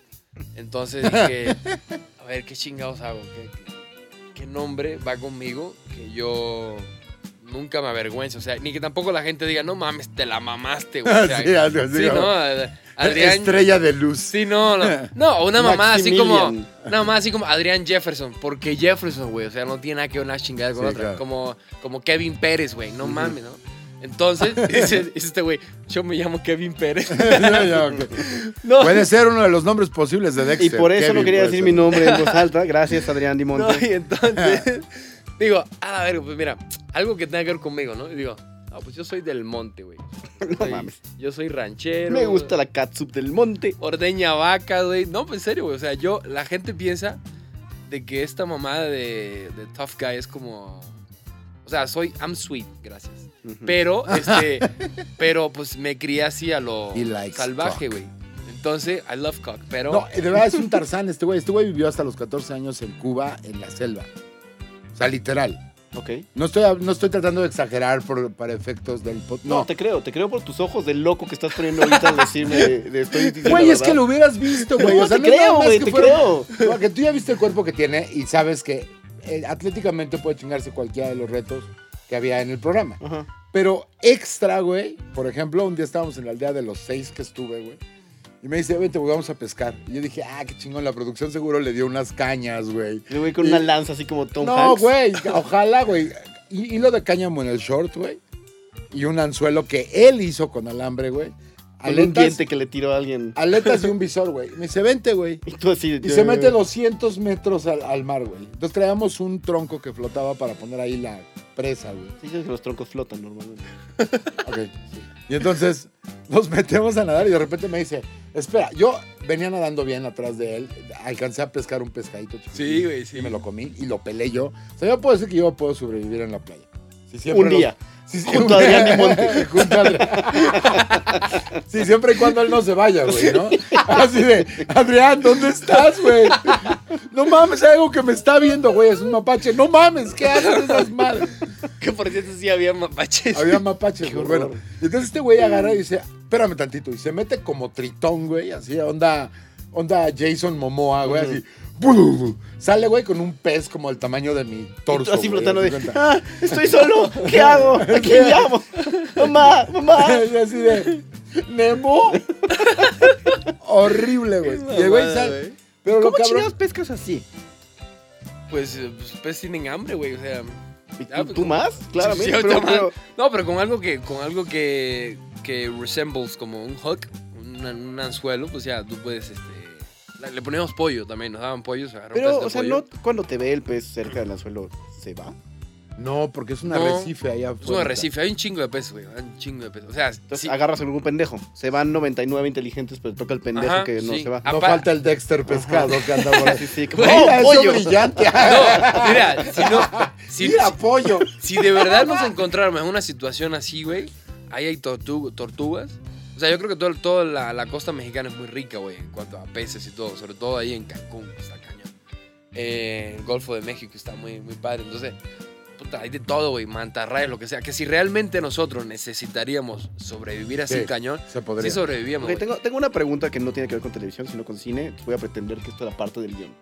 Speaker 3: Entonces dije, a ver, ¿qué chingados hago? ¿Qué, qué- qué nombre va conmigo que yo nunca me avergüence? O sea, ni que tampoco la gente diga, no mames, te la mamaste, güey. O sea,
Speaker 1: Sí, algo así,
Speaker 3: Sí,
Speaker 1: ¿no?
Speaker 3: ¿no? Adrián.
Speaker 1: Estrella de luz.
Speaker 3: Sí, no, no. No, una mamá así como.
Speaker 2: Maximilian.
Speaker 3: Una mamá así como Adrián Jefferson. Porque Jefferson, güey. O sea, no tiene nada que ver una chingada con
Speaker 1: Sí,
Speaker 3: otra.
Speaker 1: claro.
Speaker 3: Como, como Kevin Pérez, güey. No mames, ¿no? Entonces, dice, dice este güey, yo me llamo Kevin Pérez.
Speaker 1: Ya, ya, ok.
Speaker 3: No,
Speaker 1: Puede ser uno de los nombres posibles de
Speaker 2: Y
Speaker 1: Dexter.
Speaker 2: por eso no
Speaker 1: Kevin,
Speaker 2: quería
Speaker 1: puede
Speaker 2: decir
Speaker 1: ser.
Speaker 2: mi nombre en voz alta. Gracias, Adrián Dimonte.
Speaker 3: no, y entonces. digo, a la verga, pues mira, algo que tenga que ver conmigo, ¿no? Y digo, no, pues yo soy del monte, güey. Soy-
Speaker 2: mames.
Speaker 3: Yo soy ranchero.
Speaker 2: Me gusta la catsup del monte.
Speaker 3: ordeña vaca, güey. No, en serio, güey. O sea, yo, la gente piensa de que esta mamada de, de Tough Guy es como. O sea, soy. I'm sweet, gracias.
Speaker 1: Mm.
Speaker 3: Pero, este. pero, pues me crié así a lo
Speaker 1: He likes
Speaker 3: salvaje, güey. Entonces, I love cock, pero.
Speaker 1: No, de verdad es un Tarzán este güey. Este güey vivió hasta los 14 años en Cuba, en la selva. O sea, literal.
Speaker 2: ok.
Speaker 1: No estoy, no estoy tratando de exagerar por- para efectos del pot.
Speaker 2: No,
Speaker 1: No.
Speaker 2: te creo, te creo por tus ojos de loco que estás poniendo ahorita al decirme de, de estoy diciendo
Speaker 1: Güey,
Speaker 2: la
Speaker 1: es que
Speaker 2: verdad.
Speaker 1: lo hubieras visto, güey.
Speaker 2: No,
Speaker 1: O sea,
Speaker 2: te
Speaker 1: no es nada
Speaker 2: creo,
Speaker 1: más
Speaker 2: güey,
Speaker 1: que
Speaker 2: te
Speaker 1: fuera-
Speaker 2: creo.
Speaker 1: Porque tú ya viste el cuerpo que tiene y sabes que eh, atléticamente puede chingarse cualquiera de los retos que había en el programa.
Speaker 2: Ajá.
Speaker 1: Pero extra, güey. Por ejemplo, un día estábamos en la aldea de los seis que estuve, güey. Y me dice, vente, güey, vamos a pescar. Y yo dije, ah, qué chingón, la producción seguro le dio unas cañas, güey.
Speaker 2: Le voy con
Speaker 1: Y-
Speaker 2: una lanza así como Tom
Speaker 1: No,
Speaker 2: Hanks.
Speaker 1: güey, ojalá, güey. Hi- Hilo de cáñamo en el short, güey. Y un anzuelo que él hizo con alambre, güey.
Speaker 2: Con un
Speaker 1: Aletas,
Speaker 2: diente que le tiró a alguien.
Speaker 1: aletas y un visor, güey. Me dice, vente, güey.
Speaker 2: Y tú así.
Speaker 1: Y se mete 200 metros al, al mar, güey. Entonces traíamos un tronco que flotaba para poner ahí la presa, güey.
Speaker 2: Sí, sabes que los troncos flotan normalmente.
Speaker 1: Ok. Y entonces nos metemos a nadar y de repente me dice, espera, yo venía nadando bien atrás de él, alcancé a pescar un pescadito chiquito.
Speaker 3: Sí, güey, sí.
Speaker 1: Y me lo comí y lo pelé yo. O sea, yo puedo decir que yo puedo sobrevivir en la playa. Si siempre
Speaker 2: Un
Speaker 1: lo-
Speaker 2: día.
Speaker 1: Sí, sí,
Speaker 2: Junto a
Speaker 1: un-
Speaker 2: Adrián Dimonte.
Speaker 1: Junto a Adrián. Sí, siempre y cuando él no se vaya, güey, ¿no? Así de, Adrián, ¿dónde estás, güey? No mames, hay algo que me está viendo, güey, es un mapache. No mames, ¿qué haces esas madres?
Speaker 3: Que por cierto sí había mapaches.
Speaker 1: Había mapaches,
Speaker 2: Qué
Speaker 1: güey.
Speaker 2: horror.
Speaker 1: Bueno, y entonces este güey agarra y dice, espérame tantito. Y se mete como tritón, güey, así, onda, onda Jason Momoa, güey, así. ¡pum! Sale, güey, con un pez como el tamaño de mi
Speaker 2: Y tú
Speaker 1: torso.
Speaker 2: así
Speaker 1: güey,
Speaker 2: flotando
Speaker 1: ¿te
Speaker 2: de.
Speaker 1: das cuenta?
Speaker 2: ¡Ah! ¡Estoy solo! ¿Qué hago? ¿A quién llamo? ¡Mamá! ¡Mamá!
Speaker 1: Y así de, ¿Nemo? Horrible, güey. Y el güey sale- Pero lo
Speaker 2: ¿Cómo
Speaker 1: cabrón...
Speaker 2: chingados pescas así?
Speaker 3: Pues, eh, pues, pues tienen hambre, güey. O sea.
Speaker 2: ¿Y
Speaker 3: Ah,
Speaker 2: tú,
Speaker 3: pues,
Speaker 2: tú más? Claramente.
Speaker 3: sí, yo
Speaker 2: pero,
Speaker 3: tomando-
Speaker 2: pero-
Speaker 3: No, pues pero con algo que, con algo que, que resembles como un hook, un, un anzuelo, pues ya tú puedes, este, la- le poníamos pollo también, nos daban pollo, se agarró un
Speaker 2: pero,
Speaker 3: pedazo de
Speaker 2: o sea,
Speaker 3: pollo.
Speaker 2: no cuando te ve el pez cerca del anzuelo, ¿se va?
Speaker 1: No, porque es un
Speaker 3: No.
Speaker 1: arrecife allá afuera.
Speaker 3: Es un arrecife, hay un chingo de peso, güey, hay un chingo de peso. O sea,
Speaker 2: Entonces
Speaker 3: sí,
Speaker 2: agarras a algún pendejo. Se van 99 inteligentes, pero toca el pendejo
Speaker 3: Ajá,
Speaker 2: que no
Speaker 3: sí.
Speaker 2: se va.
Speaker 1: No
Speaker 3: Apa-
Speaker 1: falta el Dexter pescado que anda por ahí.
Speaker 2: Sí, sí, como,
Speaker 3: Güey,
Speaker 2: ¡Oh,
Speaker 1: Mira, eso
Speaker 2: pollo!
Speaker 1: brillante.
Speaker 3: no, mira, si no, si,
Speaker 1: Mira, pollo.
Speaker 3: si de verdad nos encontráramos en una situación así, güey, ahí hay tortu- tortugas. O sea, yo creo que toda todo la, la costa mexicana es muy rica, güey, en cuanto a peces y todo. Sobre todo ahí en Cancún, está cañón. Eh, el Golfo de México está muy, muy padre. Entonces, puta, hay de todo, güey, mantarrayas, lo que sea. Que si realmente nosotros necesitaríamos sobrevivir así
Speaker 1: Sí.
Speaker 3: cañón,
Speaker 1: Se podría.
Speaker 3: sí sobrevivíamos.
Speaker 2: Ok,
Speaker 3: güey.
Speaker 2: tengo, tengo una pregunta que no tiene que ver con televisión, sino con cine. Voy a pretender que esto era parte del guión.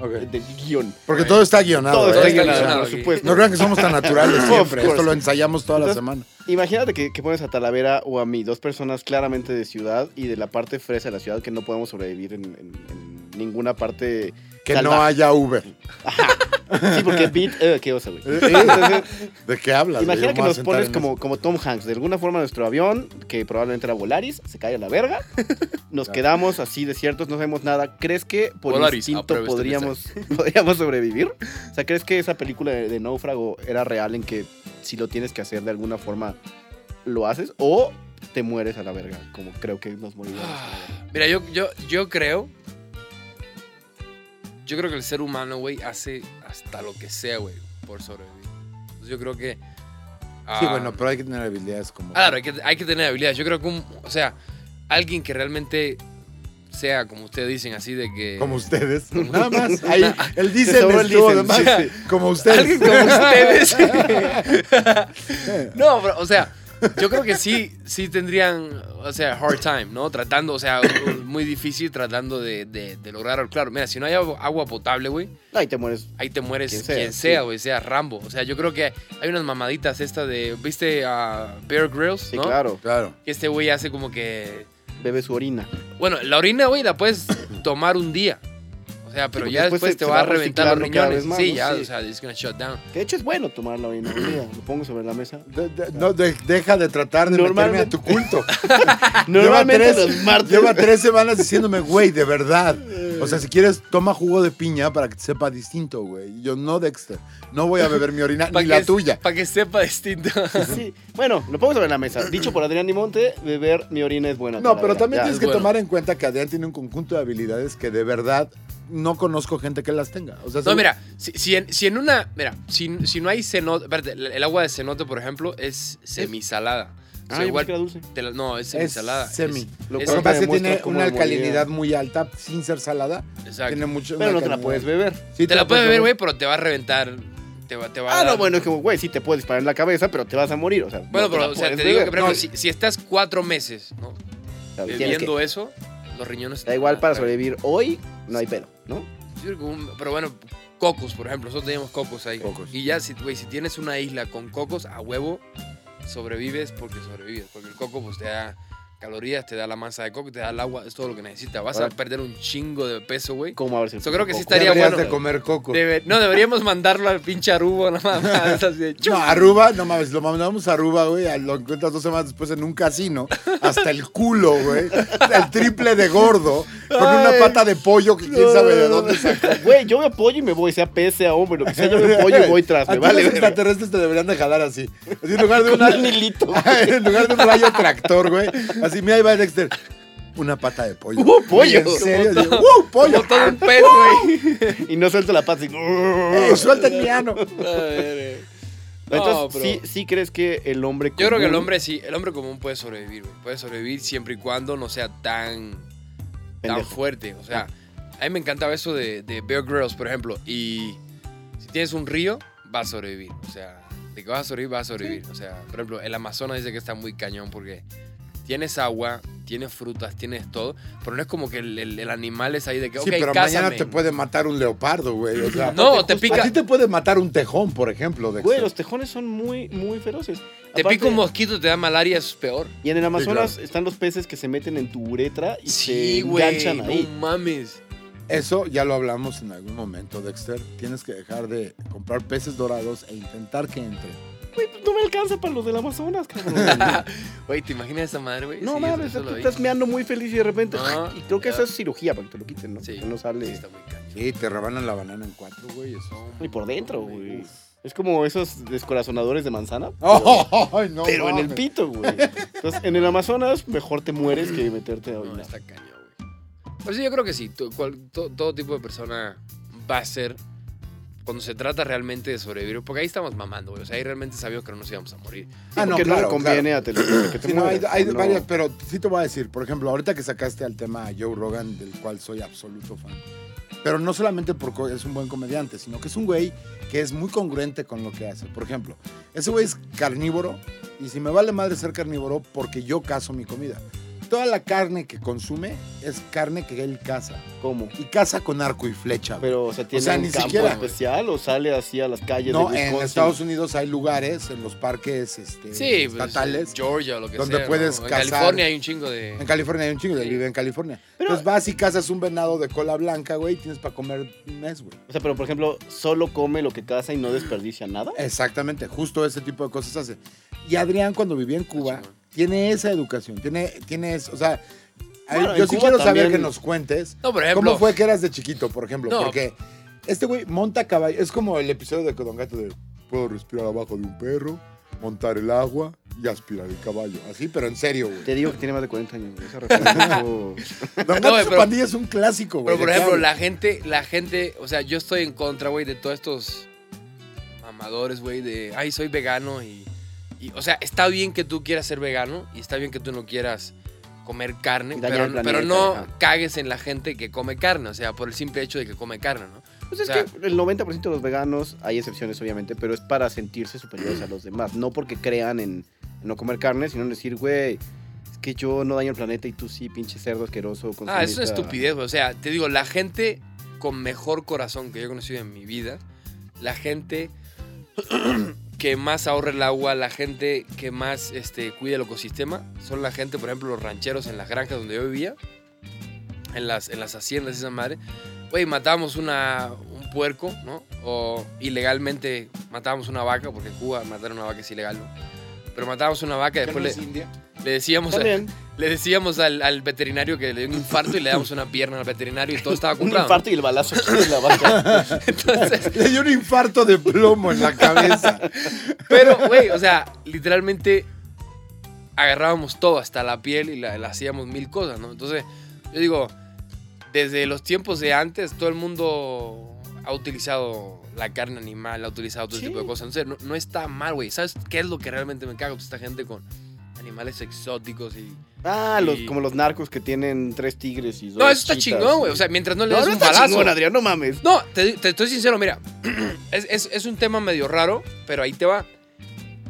Speaker 1: Ok.
Speaker 2: Eh, Del guión.
Speaker 1: Porque todo está guionado.
Speaker 2: Todo
Speaker 1: ¿eh?
Speaker 2: está
Speaker 3: está
Speaker 2: guionado,
Speaker 3: guionado
Speaker 2: por
Speaker 3: aquí.
Speaker 2: supuesto.
Speaker 1: No crean que somos tan naturales
Speaker 2: Of
Speaker 1: siempre. Esto
Speaker 2: course.
Speaker 1: lo ensayamos toda la
Speaker 2: Entonces-
Speaker 1: semana.
Speaker 2: Imagínate que, que pones a Talavera o a mí, dos personas claramente de ciudad y de la parte fresa de la ciudad que no podemos sobrevivir en, en- en ninguna parte.
Speaker 1: Que no
Speaker 2: salvaje.
Speaker 1: haya Uber.
Speaker 2: Sí, porque Beat. eh, qué oso, güey.
Speaker 1: Eh,
Speaker 2: Entonces,
Speaker 1: ¿De qué hablas? güey?
Speaker 2: imagina
Speaker 1: Yo
Speaker 2: que
Speaker 1: me voy a
Speaker 2: nos
Speaker 1: sentar
Speaker 2: pones
Speaker 1: en
Speaker 2: como, como Tom Hanks, de alguna forma nuestro avión, que probablemente era Volaris, se cae a la verga. Nos
Speaker 1: Claro.
Speaker 2: quedamos así desiertos, no sabemos nada. ¿Crees que por
Speaker 3: Volaris,
Speaker 2: instinto
Speaker 3: apruebe este
Speaker 2: podríamos, podríamos sobrevivir? O sea, ¿crees que esa película de, de Náufrago era real en que si lo tienes que hacer de alguna forma lo haces o te mueres a la verga, como creo que nos morimos?
Speaker 3: Mira, yo, yo, yo creo. Yo creo que el ser humano, güey, hace hasta lo que sea, güey, por sobrevivir. Entonces, yo creo que. ah,
Speaker 1: Sí, bueno, pero hay que tener habilidades como.
Speaker 3: Claro, hay que, hay que tener habilidades. Yo creo que, un- o sea, alguien que realmente sea, como ustedes dicen, así de que.
Speaker 1: Como ustedes. Nada más. Ahí, él dice,
Speaker 2: sobró el
Speaker 1: estuvo de
Speaker 2: dicen,
Speaker 1: más.
Speaker 3: sí,
Speaker 1: Como ustedes.
Speaker 3: Alguien como ustedes. no, pero, o sea, yo creo que sí, sí tendrían, o sea, hard time, ¿no? Tratando, o sea, muy difícil tratando de, de, de lograr. Claro, mira, si no hay agua, agua potable, güey,
Speaker 2: Ay, te mueres.
Speaker 3: ahí te mueres
Speaker 2: Quien sea,
Speaker 3: quien
Speaker 2: sí.
Speaker 3: sea, güey, sea Rambo. O sea, yo creo que hay unas mamaditas estas de, ¿viste a Bear Grylls,
Speaker 2: Sí,
Speaker 3: no?
Speaker 2: claro.
Speaker 1: Claro.
Speaker 3: Que este güey hace como que...
Speaker 2: Bebe su orina.
Speaker 3: Bueno, la orina, güey, la puedes tomar un día. O sea, pero
Speaker 2: porque
Speaker 3: ya
Speaker 2: pues, después
Speaker 3: después,
Speaker 2: se-
Speaker 3: te
Speaker 2: se
Speaker 3: va,
Speaker 2: va
Speaker 3: a reventar los
Speaker 2: reciclando cada
Speaker 3: riñones.
Speaker 2: vez más,
Speaker 3: sí,
Speaker 2: ¿no?
Speaker 3: ya,
Speaker 2: Sí.
Speaker 3: o sea, it's gonna shut down.
Speaker 2: Que de hecho es bueno tomar la orina. mira, lo pongo sobre la mesa.
Speaker 1: De- de- no, de- deja de tratar de meterme
Speaker 2: Normalmente-
Speaker 1: a tu culto.
Speaker 2: Normalmente
Speaker 1: lleva
Speaker 2: los
Speaker 1: tres,
Speaker 2: martes.
Speaker 1: lleva tres semanas diciéndome, güey, de verdad. O sea, si quieres, toma jugo de piña para que te sepa distinto, güey. Y Yo no, Dexter. No voy a beber mi orina
Speaker 3: Pa'
Speaker 1: ni la
Speaker 3: que-
Speaker 1: tuya.
Speaker 3: Para que sepa distinto.
Speaker 2: Sí. Bueno, lo pongo sobre la mesa. Dicho por Adrián Dimonte, beber mi orina es buena.
Speaker 1: No, pero también
Speaker 2: Ya. Ah,
Speaker 1: tienes que
Speaker 3: bueno.
Speaker 1: tomar en cuenta que Adrián tiene un conjunto de habilidades que de verdad no conozco gente que las tenga. O sea,
Speaker 3: No,
Speaker 1: seguro-
Speaker 3: mira, si, si en, si en una. Mira, si, si no hay cenote. Espérate, el el agua de cenote, por ejemplo, es
Speaker 2: ¿Eh?
Speaker 3: semisalada. O
Speaker 2: Ah,
Speaker 3: sea,
Speaker 2: yo
Speaker 3: igual
Speaker 2: pensé que era dulce.
Speaker 3: te la- no, es
Speaker 1: es
Speaker 3: semisalada.
Speaker 1: semi.
Speaker 2: Lo
Speaker 3: es-
Speaker 1: Lo que pasa es que
Speaker 2: demuestra
Speaker 1: tiene
Speaker 2: cómo
Speaker 1: una
Speaker 2: la movilidad.
Speaker 1: alcalinidad muy alta sin ser salada.
Speaker 3: es- exacto.
Speaker 1: Tiene mucho.
Speaker 2: Pero
Speaker 1: una
Speaker 2: no te la
Speaker 1: alcalinidad-
Speaker 2: puedes beber.
Speaker 1: Sí,
Speaker 3: Te la
Speaker 1: puedes
Speaker 3: puedes beber, güey, pero te va a reventar. Te va, te va a
Speaker 2: Ah, no,
Speaker 3: dar-
Speaker 2: bueno, es que, güey, sí te puedes disparar en la cabeza, pero te vas a morir. O sea,
Speaker 3: Bueno,
Speaker 2: no
Speaker 3: pero,
Speaker 2: la
Speaker 3: o sea, te
Speaker 2: puedes
Speaker 3: digo que,
Speaker 2: beber.
Speaker 3: por ejemplo,
Speaker 2: No,
Speaker 3: si, si estás cuatro meses, ¿no?
Speaker 2: tienes que-
Speaker 3: Bebiendo eso, los riñones.
Speaker 2: Da igual para sobrevivir hoy, no hay pelo, ¿no?
Speaker 3: Yo creo que un- Pero bueno, cocos, por ejemplo. Nosotros teníamos cocos ahí.
Speaker 1: Cocos.
Speaker 3: Y ya, si, güey, si tienes una isla con cocos, a huevo sobrevives porque sobrevives. Porque el coco pues, te da calorías, te da la masa de coco, te da el agua, es todo lo que necesitas. Vas
Speaker 2: Ahora-
Speaker 3: a perder un chingo de peso, güey.
Speaker 2: ¿Cómo a ver si
Speaker 3: Yo creo que sí
Speaker 2: Coco.
Speaker 3: estaría
Speaker 1: Deberías
Speaker 3: bueno.
Speaker 1: de comer coco.
Speaker 3: Debe- no, deberíamos mandarlo al pinche Aruba, nada más. así de,
Speaker 1: No,
Speaker 3: ¡chuf!
Speaker 1: Aruba, no mames, lo mandamos a Aruba, güey, a- lo encuentras dos semanas después en un casino, hasta el culo, güey, el triple de gordo, con una
Speaker 2: Ay.
Speaker 1: pata de pollo que quién sabe de dónde sacó.
Speaker 2: Güey, yo veo pollo y me voy, sea pez, sea hombre, lo que sea, yo veo pollo y voy tras,
Speaker 1: A
Speaker 2: me
Speaker 1: ti
Speaker 2: vale.
Speaker 1: los
Speaker 2: verga.
Speaker 1: extraterrestres te deberían de jalar así, así en lugar de
Speaker 2: Con
Speaker 1: una,
Speaker 2: un hilito.
Speaker 1: en lugar de un rayo tractor, güey, así, mira, ahí va Dexter, una pata de pollo.
Speaker 2: ¡Uh, pollo!
Speaker 1: ¿En serio? Así, ¡Uh, pollo!
Speaker 3: Como todo un pez, güey.
Speaker 2: Y no suelto la pata así.
Speaker 1: ¡Eh, suelta el piano!
Speaker 3: A ver, eh. No,
Speaker 2: Entonces,
Speaker 3: pero-
Speaker 2: sí, sí crees que el hombre.
Speaker 3: Yo creo que el
Speaker 2: común-
Speaker 3: hombre sí, el hombre común puede sobrevivir, güey. Puede sobrevivir siempre y cuando no sea tan tan
Speaker 2: Pendejo.
Speaker 3: fuerte. O sea, a mí me encantaba eso de, de Bear Grylls, por ejemplo. Y si tienes un río, vas a sobrevivir. O sea, de que vas a sobrevivir, vas a sobrevivir. O sea, por ejemplo, el Amazonas dice que está muy cañón porque tienes agua, tienes frutas, tienes todo. Pero no es como que el, el- el animal es ahí de que,
Speaker 1: Sí,
Speaker 3: ok,
Speaker 1: pero mañana
Speaker 3: cázame.
Speaker 1: te puede matar un leopardo, güey, o sea,
Speaker 3: No, te
Speaker 1: a ti
Speaker 3: pica,
Speaker 1: te puede matar un tejón, por ejemplo, Dexter.
Speaker 2: Güey, los tejones son muy, muy feroces.
Speaker 3: te
Speaker 2: Aparte-
Speaker 3: pica un mosquito, te da malaria, es peor.
Speaker 2: Y en el Amazonas
Speaker 1: Sí,
Speaker 2: están los peces que se meten en tu uretra y se
Speaker 3: Sí, güey,
Speaker 2: enganchan ahí.
Speaker 3: no mames.
Speaker 1: Eso ya lo hablamos en algún momento, Dexter. Tienes que dejar de comprar peces dorados e intentar que entren.
Speaker 2: Güey, pues no me alcanza para los del Amazonas, cabrón.
Speaker 3: Güey, ¿te imaginas esa madre, güey?
Speaker 2: no
Speaker 3: Sí, eso-
Speaker 2: mames,
Speaker 3: eso
Speaker 2: tú
Speaker 3: lo vi.
Speaker 2: estás meando muy feliz y de repente.
Speaker 3: No,
Speaker 2: y creo que
Speaker 3: ya.
Speaker 2: eso es cirugía para que te lo quiten, ¿no?
Speaker 3: Sí.
Speaker 2: Que no sale.
Speaker 3: Sí, está muy cañón.
Speaker 1: Sí, te rebanan la banana en cuatro, güey. Eso.
Speaker 2: y por dentro, güey. Es como esos descorazonadores de manzana.
Speaker 1: ¡Ay, no!
Speaker 2: Pero en el
Speaker 1: mames!
Speaker 2: pito, güey. Entonces, en el Amazonas, mejor te mueres que meterte a
Speaker 3: No,
Speaker 2: orinar.
Speaker 3: está cañón, güey. Pero sí, yo creo que sí. to- cual- to- todo tipo de persona va a ser. Cuando se trata realmente de sobrevivir, porque ahí estamos mamando, güey. O sea, ahí realmente sabíamos que no nos íbamos a morir.
Speaker 1: Ah, no,
Speaker 2: porque no
Speaker 1: claro,
Speaker 2: le conviene a Televisa que te
Speaker 1: Sí, no, hay
Speaker 2: mueras,
Speaker 1: hay
Speaker 2: ¿no?
Speaker 1: varias, pero sí te voy a decir, por ejemplo, ahorita que sacaste al tema a Joe Rogan, del cual soy absoluto fan, Pero no solamente porque es un buen comediante, sino que es un güey que es muy congruente con lo que hace. Por ejemplo, ese güey es carnívoro y si me vale madre ser carnívoro porque yo cazo mi comida. Toda la carne que consume es carne que él caza.
Speaker 2: ¿Cómo?
Speaker 1: Y caza con arco y flecha. güey.
Speaker 2: Pero, o sea, ¿tiene
Speaker 1: sea,
Speaker 2: un
Speaker 1: ni
Speaker 2: campo
Speaker 1: siquiera.
Speaker 2: especial o sale así a las calles
Speaker 1: no,
Speaker 2: de
Speaker 1: en
Speaker 2: Wisconsin?
Speaker 1: Estados Unidos hay lugares, en los parques este,
Speaker 3: Sí, pues,
Speaker 1: estatales.
Speaker 3: Georgia o lo que
Speaker 1: donde
Speaker 3: sea,
Speaker 1: puedes
Speaker 3: ¿no? En
Speaker 1: cazar.
Speaker 3: California hay un chingo de.
Speaker 1: En California hay un chingo, de
Speaker 3: Sí.
Speaker 1: vive en California.
Speaker 2: Pero-
Speaker 1: Entonces vas y cazas un venado de cola blanca, güey, y tienes para comer un mes, güey.
Speaker 2: O sea, pero por ejemplo, solo come lo que caza y no desperdicia nada.
Speaker 1: Exactamente, justo ese tipo de cosas hace. Y Adrián, cuando vivía en Cuba,
Speaker 3: chingón.
Speaker 1: tiene esa educación, tiene, tiene eso, o sea, a ver,
Speaker 2: Bueno,
Speaker 1: yo
Speaker 2: en
Speaker 1: sí
Speaker 2: Cuba
Speaker 1: quiero saber
Speaker 2: también-
Speaker 1: que nos cuentes
Speaker 3: No, por ejemplo.
Speaker 1: cómo fue que eras de chiquito, por ejemplo,
Speaker 3: No.
Speaker 1: porque este güey monta caballo, es como el episodio de Don Gato de puedo respirar abajo de un perro, montar el agua y aspirar el caballo, así, pero en serio, güey.
Speaker 2: Te digo que tiene más de 40 años. güey. Esa referencia estuvo-
Speaker 1: Don Gato y su
Speaker 3: pero-
Speaker 1: pandilla es un clásico, güey.
Speaker 3: Pero, por
Speaker 1: ¿de qué
Speaker 3: ejemplo,
Speaker 1: hablas?
Speaker 3: la gente, la gente, o sea, yo estoy en contra, güey, de todos estos amadores, güey, de, ay, soy vegano y, y, o sea, está bien que tú quieras ser vegano y está bien que tú no quieras comer carne,
Speaker 2: Y dañar
Speaker 3: pero,
Speaker 2: el planeta,
Speaker 3: pero no
Speaker 2: ajá.
Speaker 3: cagues en la gente que come carne, o sea, por el simple hecho de que come carne, ¿no?
Speaker 2: Pues es
Speaker 3: O sea-
Speaker 2: que el 90% de los veganos, hay excepciones obviamente, pero es para sentirse superiores a los demás. No porque crean en, en no comer carne, sino en decir, güey, es que yo no daño el planeta y tú sí, pinche cerdo asqueroso.
Speaker 3: Ah, es una
Speaker 2: consumista".
Speaker 3: estupidez, güey. O sea, te digo, la gente con mejor corazón que yo he conocido en mi vida, la gente que más ahorra el agua, la gente que más este, cuida el ecosistema, son la gente, por ejemplo, los rancheros en las granjas donde yo vivía, en las, en las haciendas y esa madre. Güey, matábamos una, un puerco, ¿no? O ilegalmente matábamos una vaca, porque en Cuba matar una vaca es ilegal, ¿no? Pero matábamos una vaca y
Speaker 1: ¿Que no
Speaker 3: después
Speaker 1: es
Speaker 3: le,
Speaker 1: india?
Speaker 3: le decíamos... a-
Speaker 2: También,
Speaker 3: le decíamos al, al veterinario que le dio un infarto y le damos una pierna al veterinario y todo estaba
Speaker 2: un
Speaker 3: comprado.
Speaker 2: infarto y el balazo aquí en la vaca.
Speaker 3: Entonces,
Speaker 1: Le dio un infarto de plomo en la cabeza.
Speaker 3: pero, güey, o sea, literalmente agarrábamos todo, hasta la piel y la, la hacíamos mil cosas, ¿no? Entonces, yo digo, desde los tiempos de antes, todo el mundo ha utilizado la carne animal, ha utilizado todo
Speaker 2: Sí.
Speaker 3: tipo de cosas. Entonces, no, no está mal, güey. ¿Sabes qué es lo que realmente me cago? Pues esta gente con animales exóticos y...
Speaker 2: Ah, los,
Speaker 3: Y-
Speaker 2: como los narcos que tienen tres tigres y dos
Speaker 3: No, eso está
Speaker 2: chitas,
Speaker 3: chingón, güey.
Speaker 2: y-
Speaker 3: O sea, mientras no le
Speaker 2: no,
Speaker 3: des
Speaker 2: no
Speaker 3: un
Speaker 2: está
Speaker 3: balazo.
Speaker 2: chingón, Adrián, no mames.
Speaker 3: No, te, te estoy sincero, mira. Es, es- es un tema medio raro, pero ahí te va.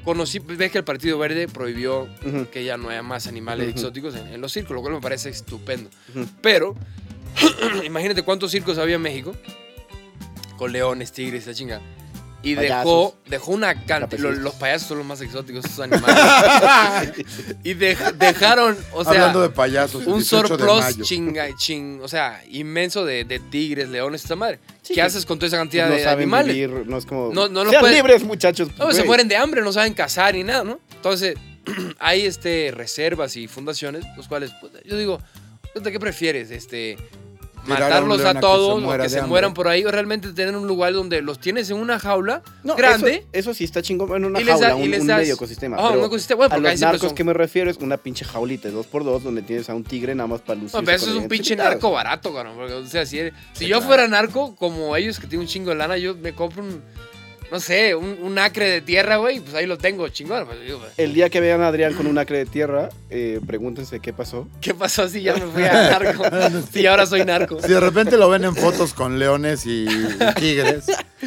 Speaker 3: Conocí, ves que el Partido Verde prohibió
Speaker 2: Ujú,
Speaker 3: que ya no haya más animales
Speaker 2: Ujú.
Speaker 3: exóticos en, en los circos, lo cual me parece estupendo.
Speaker 2: ujú.
Speaker 3: Pero, imagínate cuántos circos había en México. Con leones, tigres, la chinga. Y dejó, dejó una cantidad.
Speaker 2: Trapecios.
Speaker 3: Los, payasos son los más exóticos, esos animales. y dej- dejaron, o sea
Speaker 1: Hablando de payasos, el
Speaker 3: un
Speaker 1: 18 de
Speaker 3: surplus
Speaker 1: mayo.
Speaker 3: chinga, ching, o sea, inmenso de, de tigres, leones, esta madre.
Speaker 2: Sí,
Speaker 3: ¿Qué
Speaker 2: que
Speaker 3: haces con toda esa cantidad
Speaker 2: no
Speaker 3: de
Speaker 2: saben
Speaker 3: animales?
Speaker 2: vivir, no es como...
Speaker 3: No- no lo
Speaker 2: Sean
Speaker 3: pueden-
Speaker 2: libres, muchachos.
Speaker 3: No, se
Speaker 2: güey.
Speaker 3: mueren de hambre, no saben cazar ni nada, ¿no? Entonces, hay este, reservas y fundaciones, los cuales, pues, yo digo, puta, ¿qué prefieres? Este,
Speaker 1: Tirar a un
Speaker 3: matarlos
Speaker 1: león a
Speaker 3: a
Speaker 1: que se
Speaker 3: todos, o
Speaker 1: muera
Speaker 3: que
Speaker 1: de
Speaker 3: se
Speaker 1: hambre.
Speaker 3: mueran por ahí, o realmente tener un lugar donde los tienes en una jaula
Speaker 2: No,
Speaker 3: grande.
Speaker 2: Eso, eso sí está chingón. Bueno, una
Speaker 3: Y les
Speaker 2: jaula,
Speaker 3: da- y
Speaker 2: un,
Speaker 3: les
Speaker 2: un
Speaker 3: das-
Speaker 2: medio ecosistema.
Speaker 3: Ah,
Speaker 2: pero
Speaker 3: no consiste- bueno,
Speaker 2: a
Speaker 3: porque ahí
Speaker 2: los
Speaker 3: siempre
Speaker 2: narcos
Speaker 3: son-
Speaker 2: que me refiero es una pinche jaulita de 2x2 donde tienes a un tigre nada más para lucir.
Speaker 3: No, pero eso es un pinche narco barato, cabrón. Porque, o sea, si, eres- si yo
Speaker 2: claro.
Speaker 3: fuera narco, como ellos que tienen un chingo de lana, yo me compro un, no sé, un, un acre de tierra, güey, y pues ahí lo tengo, chingón. Pues, digo,
Speaker 2: El día que vean a Adrián con un acre de tierra, eh, pregúntense qué pasó.
Speaker 3: ¿Qué pasó si ya me fui a narco? Si ahora soy narco.
Speaker 1: Si de repente lo ven en fotos con leones y tigres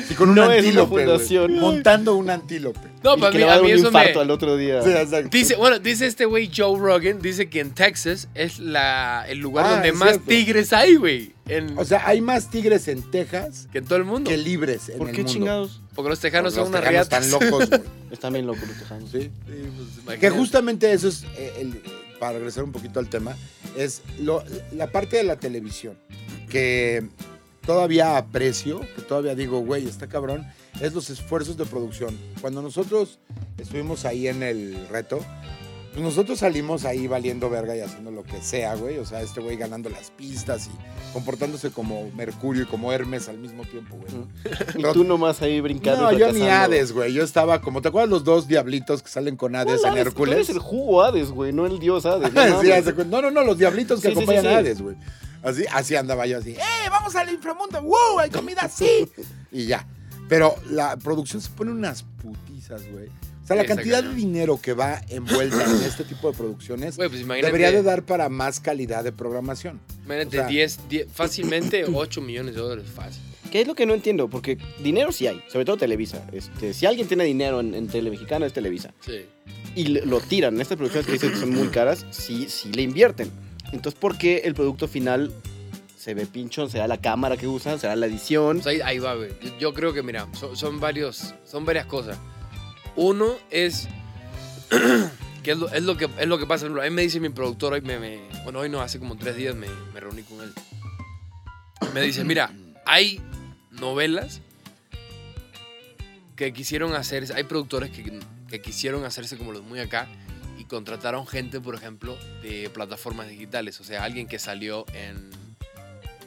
Speaker 1: y con un
Speaker 2: No es una
Speaker 1: antílope, güey,
Speaker 2: fundación.
Speaker 1: montando un antílope.
Speaker 3: No,
Speaker 2: Y
Speaker 3: para
Speaker 2: que
Speaker 3: mí,
Speaker 2: le va a
Speaker 3: a
Speaker 2: dar
Speaker 3: mí
Speaker 2: un
Speaker 3: eso
Speaker 2: infarto
Speaker 3: me...
Speaker 2: al otro día.
Speaker 1: Sí, exacto.
Speaker 3: Dice, bueno, dice este güey Joe Rogan, dice que en Texas es la, el lugar
Speaker 1: Ah,
Speaker 3: donde
Speaker 1: es
Speaker 3: más
Speaker 1: cierto.
Speaker 3: tigres hay, güey. en-
Speaker 1: o sea, hay más tigres en Texas
Speaker 3: que en todo el mundo.
Speaker 1: que libres en
Speaker 2: ¿Por
Speaker 1: el
Speaker 2: qué
Speaker 1: mundo.
Speaker 2: chingados?
Speaker 3: Porque los tejanos
Speaker 1: Los
Speaker 3: son unas
Speaker 1: tejanos
Speaker 3: riatas.
Speaker 1: están locos, güey.
Speaker 2: Están bien locos los tejanos.
Speaker 1: Sí.
Speaker 3: Sí, pues, imagínate.
Speaker 1: Que justamente eso es, eh, el- para regresar un poquito al tema, es lo- la parte de la televisión que todavía aprecio, que todavía digo, güey, está cabrón, es los esfuerzos de producción. Cuando nosotros estuvimos ahí en el reto, pues nosotros salimos ahí valiendo verga y haciendo lo que sea, güey. O sea, este güey ganando las pistas y comportándose como Mercurio y como Hermes al mismo tiempo, güey.
Speaker 2: Y tú nomás ahí brincando.
Speaker 1: No,
Speaker 2: y
Speaker 1: yo ni
Speaker 2: fracasando.
Speaker 1: Hades, güey. Yo estaba como, ¿te acuerdas los dos diablitos que salen con
Speaker 2: ¿Cuál
Speaker 1: Hades en
Speaker 2: Hades? Tú
Speaker 1: Hércules?
Speaker 2: eres el jugo Hades, güey, no el dios Hades. no
Speaker 1: Sí,
Speaker 2: mames.
Speaker 1: hace cu- no, no, no, los diablitos que
Speaker 2: Sí, sí, sí,
Speaker 1: acompañan
Speaker 2: sí.
Speaker 1: a Hades, güey. Así, así andaba yo así, ¡eh, vamos al inframundo! ¡Wow! ¡Hay comida así! y ya. Pero la producción se pone unas putizas, güey. O sea, la
Speaker 3: Sí, está
Speaker 1: cantidad de
Speaker 3: cañón.
Speaker 1: dinero que va envuelta en este tipo de producciones
Speaker 3: Güey, pues imagínate.
Speaker 1: debería de dar para más calidad de programación.
Speaker 3: Imagínate,
Speaker 1: o sea-
Speaker 3: 10, 10 fácilmente 8 millones de dólares, fácil.
Speaker 2: ¿Qué es lo que no entiendo? Porque dinero sí hay, sobre todo Televisa. Este, si alguien tiene dinero en, en Tele Mexicana, es Televisa.
Speaker 3: Sí.
Speaker 2: Y le- lo tiran. Estas producciones que dicen que son muy caras, sí, sí le invierten. Entonces, ¿por qué el producto final se ve pinchón? ¿Será la cámara que usan? ¿Será la edición?
Speaker 3: Pues ahí, ahí va, güey. Yo, yo creo que, mira, son, son varios, son varias cosas. Uno es, que es lo, es lo que es lo que pasa. por ejemplo, A mí me dice mi productor, hoy me, me- bueno, hoy no, hace como tres días me, me reuní con él. Me dice, mira, hay novelas que quisieron hacerse, hay productores que, que quisieron hacerse como los muy acá y contrataron gente, por ejemplo, de plataformas digitales. O sea, alguien que salió en,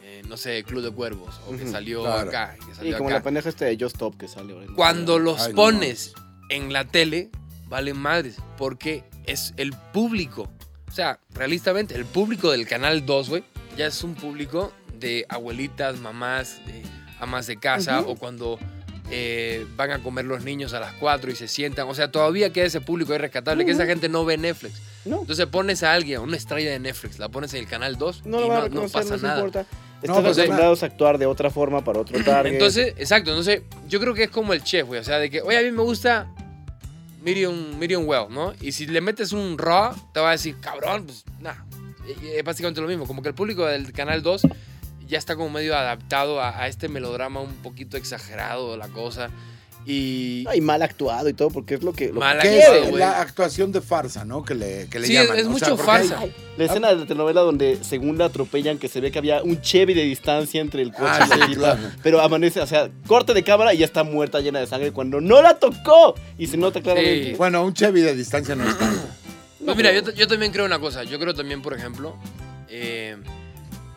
Speaker 3: eh, no sé, Club de Cuervos, o que
Speaker 2: Ujú,
Speaker 3: salió
Speaker 1: claro.
Speaker 3: acá, que
Speaker 2: Y
Speaker 3: salió
Speaker 2: como
Speaker 3: acá.
Speaker 2: la pendeja esta de Just Top que sale ahora.
Speaker 3: Cuando los
Speaker 1: Ay, no
Speaker 3: pones en la tele, valen madres, porque es el público. O sea, realistamente, el público del Canal 2, güey, ya es un público de abuelitas, mamás, eh, amas de casa, o cuando eh, van a comer los niños a las 4 y se sientan. O sea, todavía queda ese público ahí rescatable, que esa gente no ve Netflix.
Speaker 2: No.
Speaker 3: Entonces pones a alguien, a una estrella de Netflix, la pones en el Canal 2
Speaker 2: No
Speaker 3: y
Speaker 2: lo van a
Speaker 3: no, no
Speaker 2: reconocer,
Speaker 3: pasa
Speaker 2: no, se
Speaker 3: nada.
Speaker 2: importa.
Speaker 1: pues,
Speaker 2: Están
Speaker 3: o sea-
Speaker 2: acostumbrados a actuar de otra forma para otro target.
Speaker 3: Entonces, exacto, entonces yo creo que es como el chef, güey. O sea, de que, oye, a mí me gusta Miriam, Miriam Well, ¿no? Y si le metes un raw, te va a decir, cabrón, pues nada. Es básicamente lo mismo. Como que el público del Canal 2 ya está como medio adaptado a, a este melodrama un poquito exagerado, la cosa. Y.
Speaker 2: No, y mal actuado y todo, porque es lo que. Lo
Speaker 3: Mal
Speaker 2: que
Speaker 1: ¿Qué
Speaker 3: actuado,
Speaker 2: quieren.
Speaker 1: es
Speaker 3: güey.
Speaker 1: la actuación de farsa, no? Que le, que le
Speaker 3: sí,
Speaker 1: llaman. O
Speaker 3: es
Speaker 1: sea,
Speaker 3: mucho
Speaker 1: porque hay-
Speaker 3: farsa.
Speaker 2: La
Speaker 1: Ah.
Speaker 2: escena de la telenovela donde según la atropellan que se ve que había un Chevy de distancia entre el coche
Speaker 1: Ah,
Speaker 2: y la
Speaker 1: sí,
Speaker 2: tipa,
Speaker 1: claro.
Speaker 2: pero amanece, o sea, corte de cámara y ya está muerta llena de sangre cuando no la tocó y se nota claramente.
Speaker 3: Sí.
Speaker 1: Bueno, un Chevy de distancia no es tanto.
Speaker 3: Pues mira, yo, ta- yo también creo una cosa. Yo creo también, por ejemplo, eh,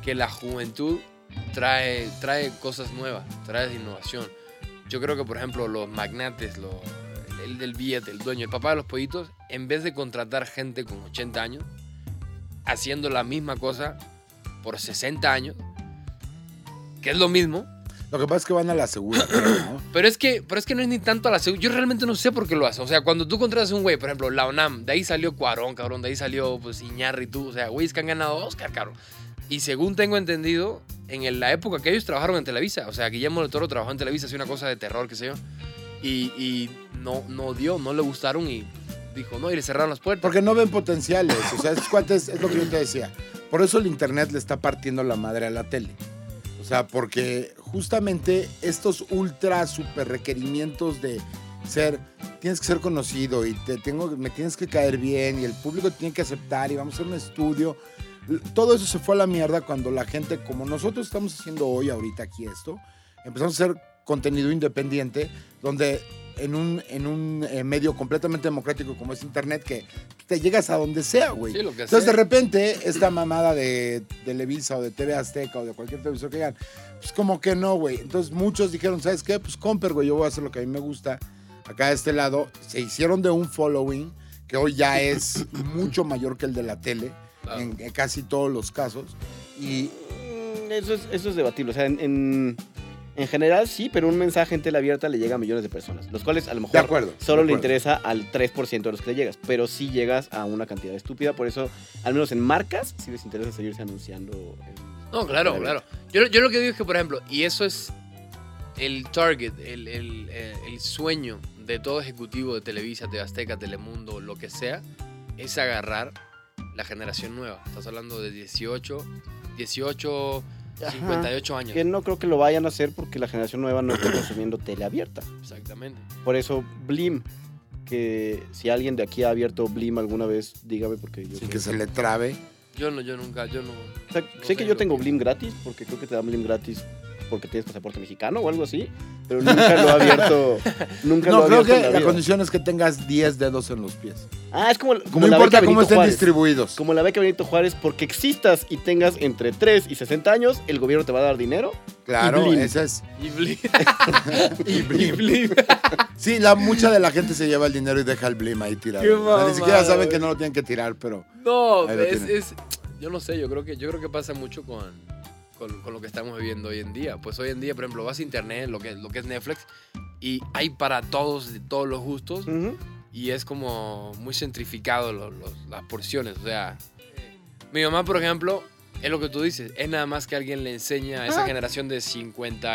Speaker 3: que la juventud trae, trae cosas nuevas, trae innovación. Yo creo que, por ejemplo, los magnates, los, el del billete, el dueño, el papá de los pollitos, en vez de contratar gente con 80 años, haciendo la misma cosa por 60 años, que es lo mismo,
Speaker 1: Lo que pasa es que van a la segura, creo, ¿no?
Speaker 3: pero es que, pero es que no es ni tanto a la segunda. Yo realmente no sé por qué lo hacen. O sea, cuando tú contratas a un güey, por ejemplo, la UNAM, de ahí salió Cuarón, cabrón, de ahí salió pues tú. O sea, güeyes que han ganado Oscar, cabrón. Y según tengo entendido, en el- la época que ellos trabajaron en Televisa, o sea, Guillermo del Toro trabajó en Televisa, hacía una cosa de terror, qué sé yo. Y, y no, no dio, no le gustaron y dijo, no, y le cerraron las puertas.
Speaker 1: Porque no ven potenciales. O sea, es, cuates, es lo que yo te decía. Por eso el Internet le está partiendo la madre a la tele. O sea, porque justamente estos ultra super requerimientos de ser, tienes que ser conocido y te tengo, me tienes que caer bien y el público te tiene que aceptar y vamos a hacer un estudio. Todo eso se fue a la mierda cuando la gente, como nosotros estamos haciendo hoy, ahorita aquí esto, empezamos a hacer contenido independiente donde en un, en un eh, medio completamente democrático como es Internet, que te llegas a donde sea, güey.
Speaker 3: Sí, lo que
Speaker 1: Entonces, de
Speaker 3: sea.
Speaker 1: repente, esta mamada de Televisa o de TV Azteca o de cualquier televisor que hagan, pues como que no, güey. Entonces, muchos dijeron, ¿sabes qué? Pues comper, güey, yo voy a hacer lo que a mí me gusta acá de este lado. Se hicieron de un following que hoy ya es mucho mayor que el de la tele,
Speaker 3: Claro.
Speaker 1: en, en casi todos los casos. Y
Speaker 2: Mm, Eso es, eso es debatible, o sea, en, en, en general sí, pero un mensaje en tele abierta le llega a millones de personas, los cuales a lo mejor
Speaker 1: de acuerdo.
Speaker 2: solo
Speaker 1: de
Speaker 2: le
Speaker 1: acuerdo.
Speaker 2: interesa al 3% de los que le llegas, pero sí llegas a una cantidad estúpida, por eso, al menos en marcas, sí les interesa seguirse anunciando. en-
Speaker 3: No, claro,
Speaker 2: Claro.
Speaker 3: claro. Yo, yo lo que digo es que, por ejemplo, y eso es el target, el, el, eh, el sueño de todo ejecutivo de Televisa, de Azteca, Telemundo, lo que sea, es agarrar la generación nueva. Estás hablando de 18, 18,
Speaker 2: Ajá.
Speaker 3: 58 años.
Speaker 2: Que no creo que lo vayan a hacer porque la generación nueva no está consumiendo tele abierta.
Speaker 3: Exactamente.
Speaker 2: Por eso, Blim, que si alguien de aquí ha abierto Blim alguna vez, dígame porque yo...
Speaker 1: Sí,
Speaker 2: creo-
Speaker 1: que se le trabe.
Speaker 3: Yo no, yo nunca, yo no.
Speaker 2: O sea,
Speaker 3: no
Speaker 2: sé
Speaker 3: sé
Speaker 2: que
Speaker 3: lo
Speaker 2: yo tengo
Speaker 3: que-
Speaker 2: Blim gratis porque creo que te dan Blim gratis porque tienes pasaporte mexicano o algo así, pero nunca lo he abierto. nunca
Speaker 1: No,
Speaker 2: lo he
Speaker 1: creo
Speaker 2: abierto. en
Speaker 1: que
Speaker 2: la
Speaker 1: la
Speaker 2: vida.
Speaker 1: condición es que tengas 10 dedos en los pies.
Speaker 2: Ah, es como,
Speaker 1: no
Speaker 2: como la beca
Speaker 1: importa
Speaker 2: Benito
Speaker 1: cómo estén
Speaker 2: Juárez.
Speaker 1: distribuidos.
Speaker 2: Como la beca Benito Juárez, porque existas y tengas entre 3 y 60 años, el gobierno te va a dar dinero.
Speaker 1: Claro,
Speaker 2: Blim.
Speaker 1: esa es.
Speaker 3: Y Blim.
Speaker 1: Y
Speaker 3: y
Speaker 1: Blim.
Speaker 3: Blim.
Speaker 1: Sí, la, mucha de la gente se lleva el dinero y deja el blim ahí tirado.
Speaker 3: Qué
Speaker 1: O sea,
Speaker 3: mamada,
Speaker 1: ni siquiera saben
Speaker 3: güey.
Speaker 1: que no lo tienen que tirar, pero.
Speaker 3: No,
Speaker 1: Ahí lo
Speaker 3: es,
Speaker 1: tiene.
Speaker 3: es- Yo no sé, yo creo que, yo creo que pasa mucho con, con- con lo que estamos viviendo hoy en día. Pues hoy en día, por ejemplo, vas a internet, lo que, lo que es Netflix, y hay para todos, de todos los gustos. y es como muy centrificado lo- lo- las porciones. O sea, mi mamá, por ejemplo, es lo que tú dices, es nada más que alguien le enseña a esa generación de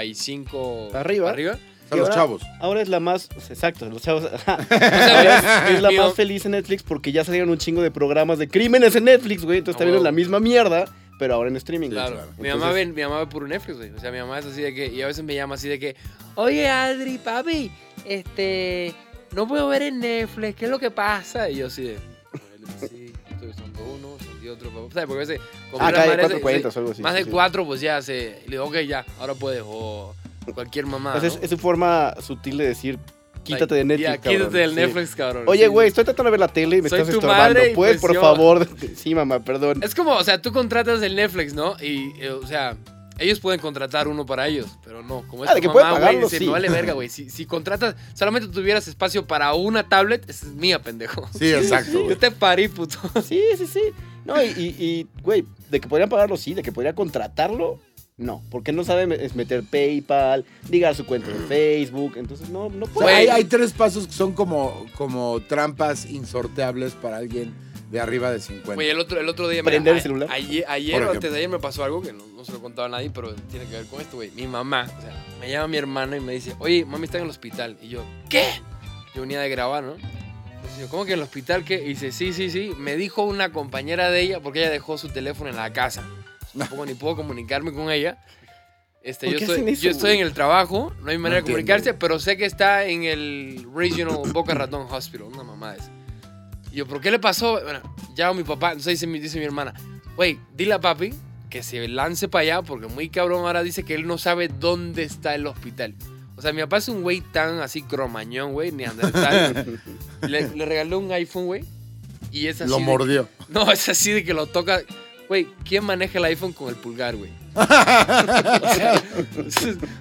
Speaker 3: 55
Speaker 2: Para Ah. arriba.
Speaker 3: para arriba.
Speaker 1: O sea, los
Speaker 2: ahora-
Speaker 1: chavos.
Speaker 2: Ahora es la más. Exacto, los chavos. ajá.
Speaker 3: O sea,
Speaker 2: Ahora es, es la
Speaker 3: mi-
Speaker 2: más feliz en Netflix porque ya salieron un chingo de programas de crímenes en Netflix, güey. Entonces está
Speaker 3: Ah,
Speaker 2: viendo
Speaker 3: huevo.
Speaker 2: la misma mierda, pero ahora en streaming.
Speaker 3: Claro. Mi,
Speaker 2: Entonces-
Speaker 3: mamá ve, mi mamá ve por Netflix, güey. O sea, mi mamá es así de que. Y a veces me llama así de que. Oye, Adri, papi, este. No puedo ver en Netflix, ¿qué es lo que pasa? Y yo así de. Sí, estoy usando uno, sentí otro. papá. ¿Sabes? Porque a veces.
Speaker 2: Ah,
Speaker 3: compras
Speaker 2: acá hay
Speaker 3: más de-
Speaker 2: cuatro
Speaker 3: sí,
Speaker 2: cuentas o algo así.
Speaker 3: Más
Speaker 2: sí,
Speaker 3: de
Speaker 2: sí.
Speaker 3: cuatro, pues ya se. Le digo, ok, ya, ahora puedes. O cualquier mamá.
Speaker 2: Entonces,
Speaker 3: ¿no?
Speaker 2: es su forma sutil de decir: quítate de
Speaker 3: Like,
Speaker 2: Netflix.
Speaker 3: ya,
Speaker 2: cabrón.
Speaker 3: quítate del
Speaker 2: Sí.
Speaker 3: Netflix, cabrón.
Speaker 2: Oye,
Speaker 3: Sí.
Speaker 2: güey, estoy tratando de ver la tele y me
Speaker 3: Soy
Speaker 2: estás
Speaker 3: tu
Speaker 2: estorbando.
Speaker 3: madre y
Speaker 2: ¿Puedes,
Speaker 3: pues
Speaker 2: por
Speaker 3: yo-
Speaker 2: favor? Sí, mamá, perdón.
Speaker 3: Es como, o sea, tú contratas el Netflix, ¿no? Y, eh, o sea, ellos pueden contratar uno para ellos, pero no. Como es
Speaker 2: Ah,
Speaker 3: tu
Speaker 2: de que
Speaker 3: mamá,
Speaker 2: pueden
Speaker 3: güey,
Speaker 2: pagarlo,
Speaker 3: dice,
Speaker 2: sí.
Speaker 3: me vale verga, güey. Si, si contratas, solamente tuvieras espacio para una tablet, esa es mía, pendejo.
Speaker 1: Sí, exacto,
Speaker 3: Yo
Speaker 1: güey.
Speaker 3: te parí, puto.
Speaker 2: Sí, sí, sí. No, y, y- y, güey, de que podrían pagarlo, sí, de que podría contratarlo, no. Porque no sabe me- es meter PayPal, ligar su cuenta de Facebook, entonces no, no
Speaker 1: O sea,
Speaker 2: puede.
Speaker 3: Güey.
Speaker 1: hay, hay tres pasos que son como, como trampas insorteables para alguien de arriba de 50.
Speaker 3: Güey, el otro, el otro día...
Speaker 2: ¿Prender el
Speaker 3: a-
Speaker 2: celular?
Speaker 3: Ayer, ayer
Speaker 1: Por
Speaker 3: o
Speaker 1: ejemplo.
Speaker 3: antes de ayer me pasó algo que no, no se lo contaba a nadie, pero tiene que ver con esto, güey. Mi mamá, o sea, me llama mi hermana y me dice, oye, mami está en el hospital. Y yo, ¿qué? Yo venía de grabar, ¿no? Entonces yo, ¿cómo que en el hospital qué? Y dice, sí, sí, sí. Me dijo una compañera de ella, porque ella dejó su teléfono en la casa. Tampoco ni puedo comunicarme con ella. Este,
Speaker 2: ¿Por
Speaker 3: yo
Speaker 2: qué
Speaker 3: estoy,
Speaker 2: hacen eso,
Speaker 3: yo estoy
Speaker 2: güey?
Speaker 3: en el trabajo, no hay manera
Speaker 1: No
Speaker 3: de comunicarse, pero sé que está en el Regional Boca Ratón Hospital, una mamá de esa. Y yo, ¿pero qué le pasó? Bueno, llamo a mi papá, entonces dice mi, dice mi hermana, güey, dile a papi que se lance para allá porque muy cabrón ahora dice que él no sabe dónde está el hospital. O sea, mi papá es un güey tan así cromañón, güey, neandertal. le, le regaló un iPhone, güey, y es así
Speaker 1: Lo
Speaker 3: de-
Speaker 1: mordió.
Speaker 3: no, es así de que lo toca. Güey, ¿quién maneja el iPhone con el pulgar, güey? O sea,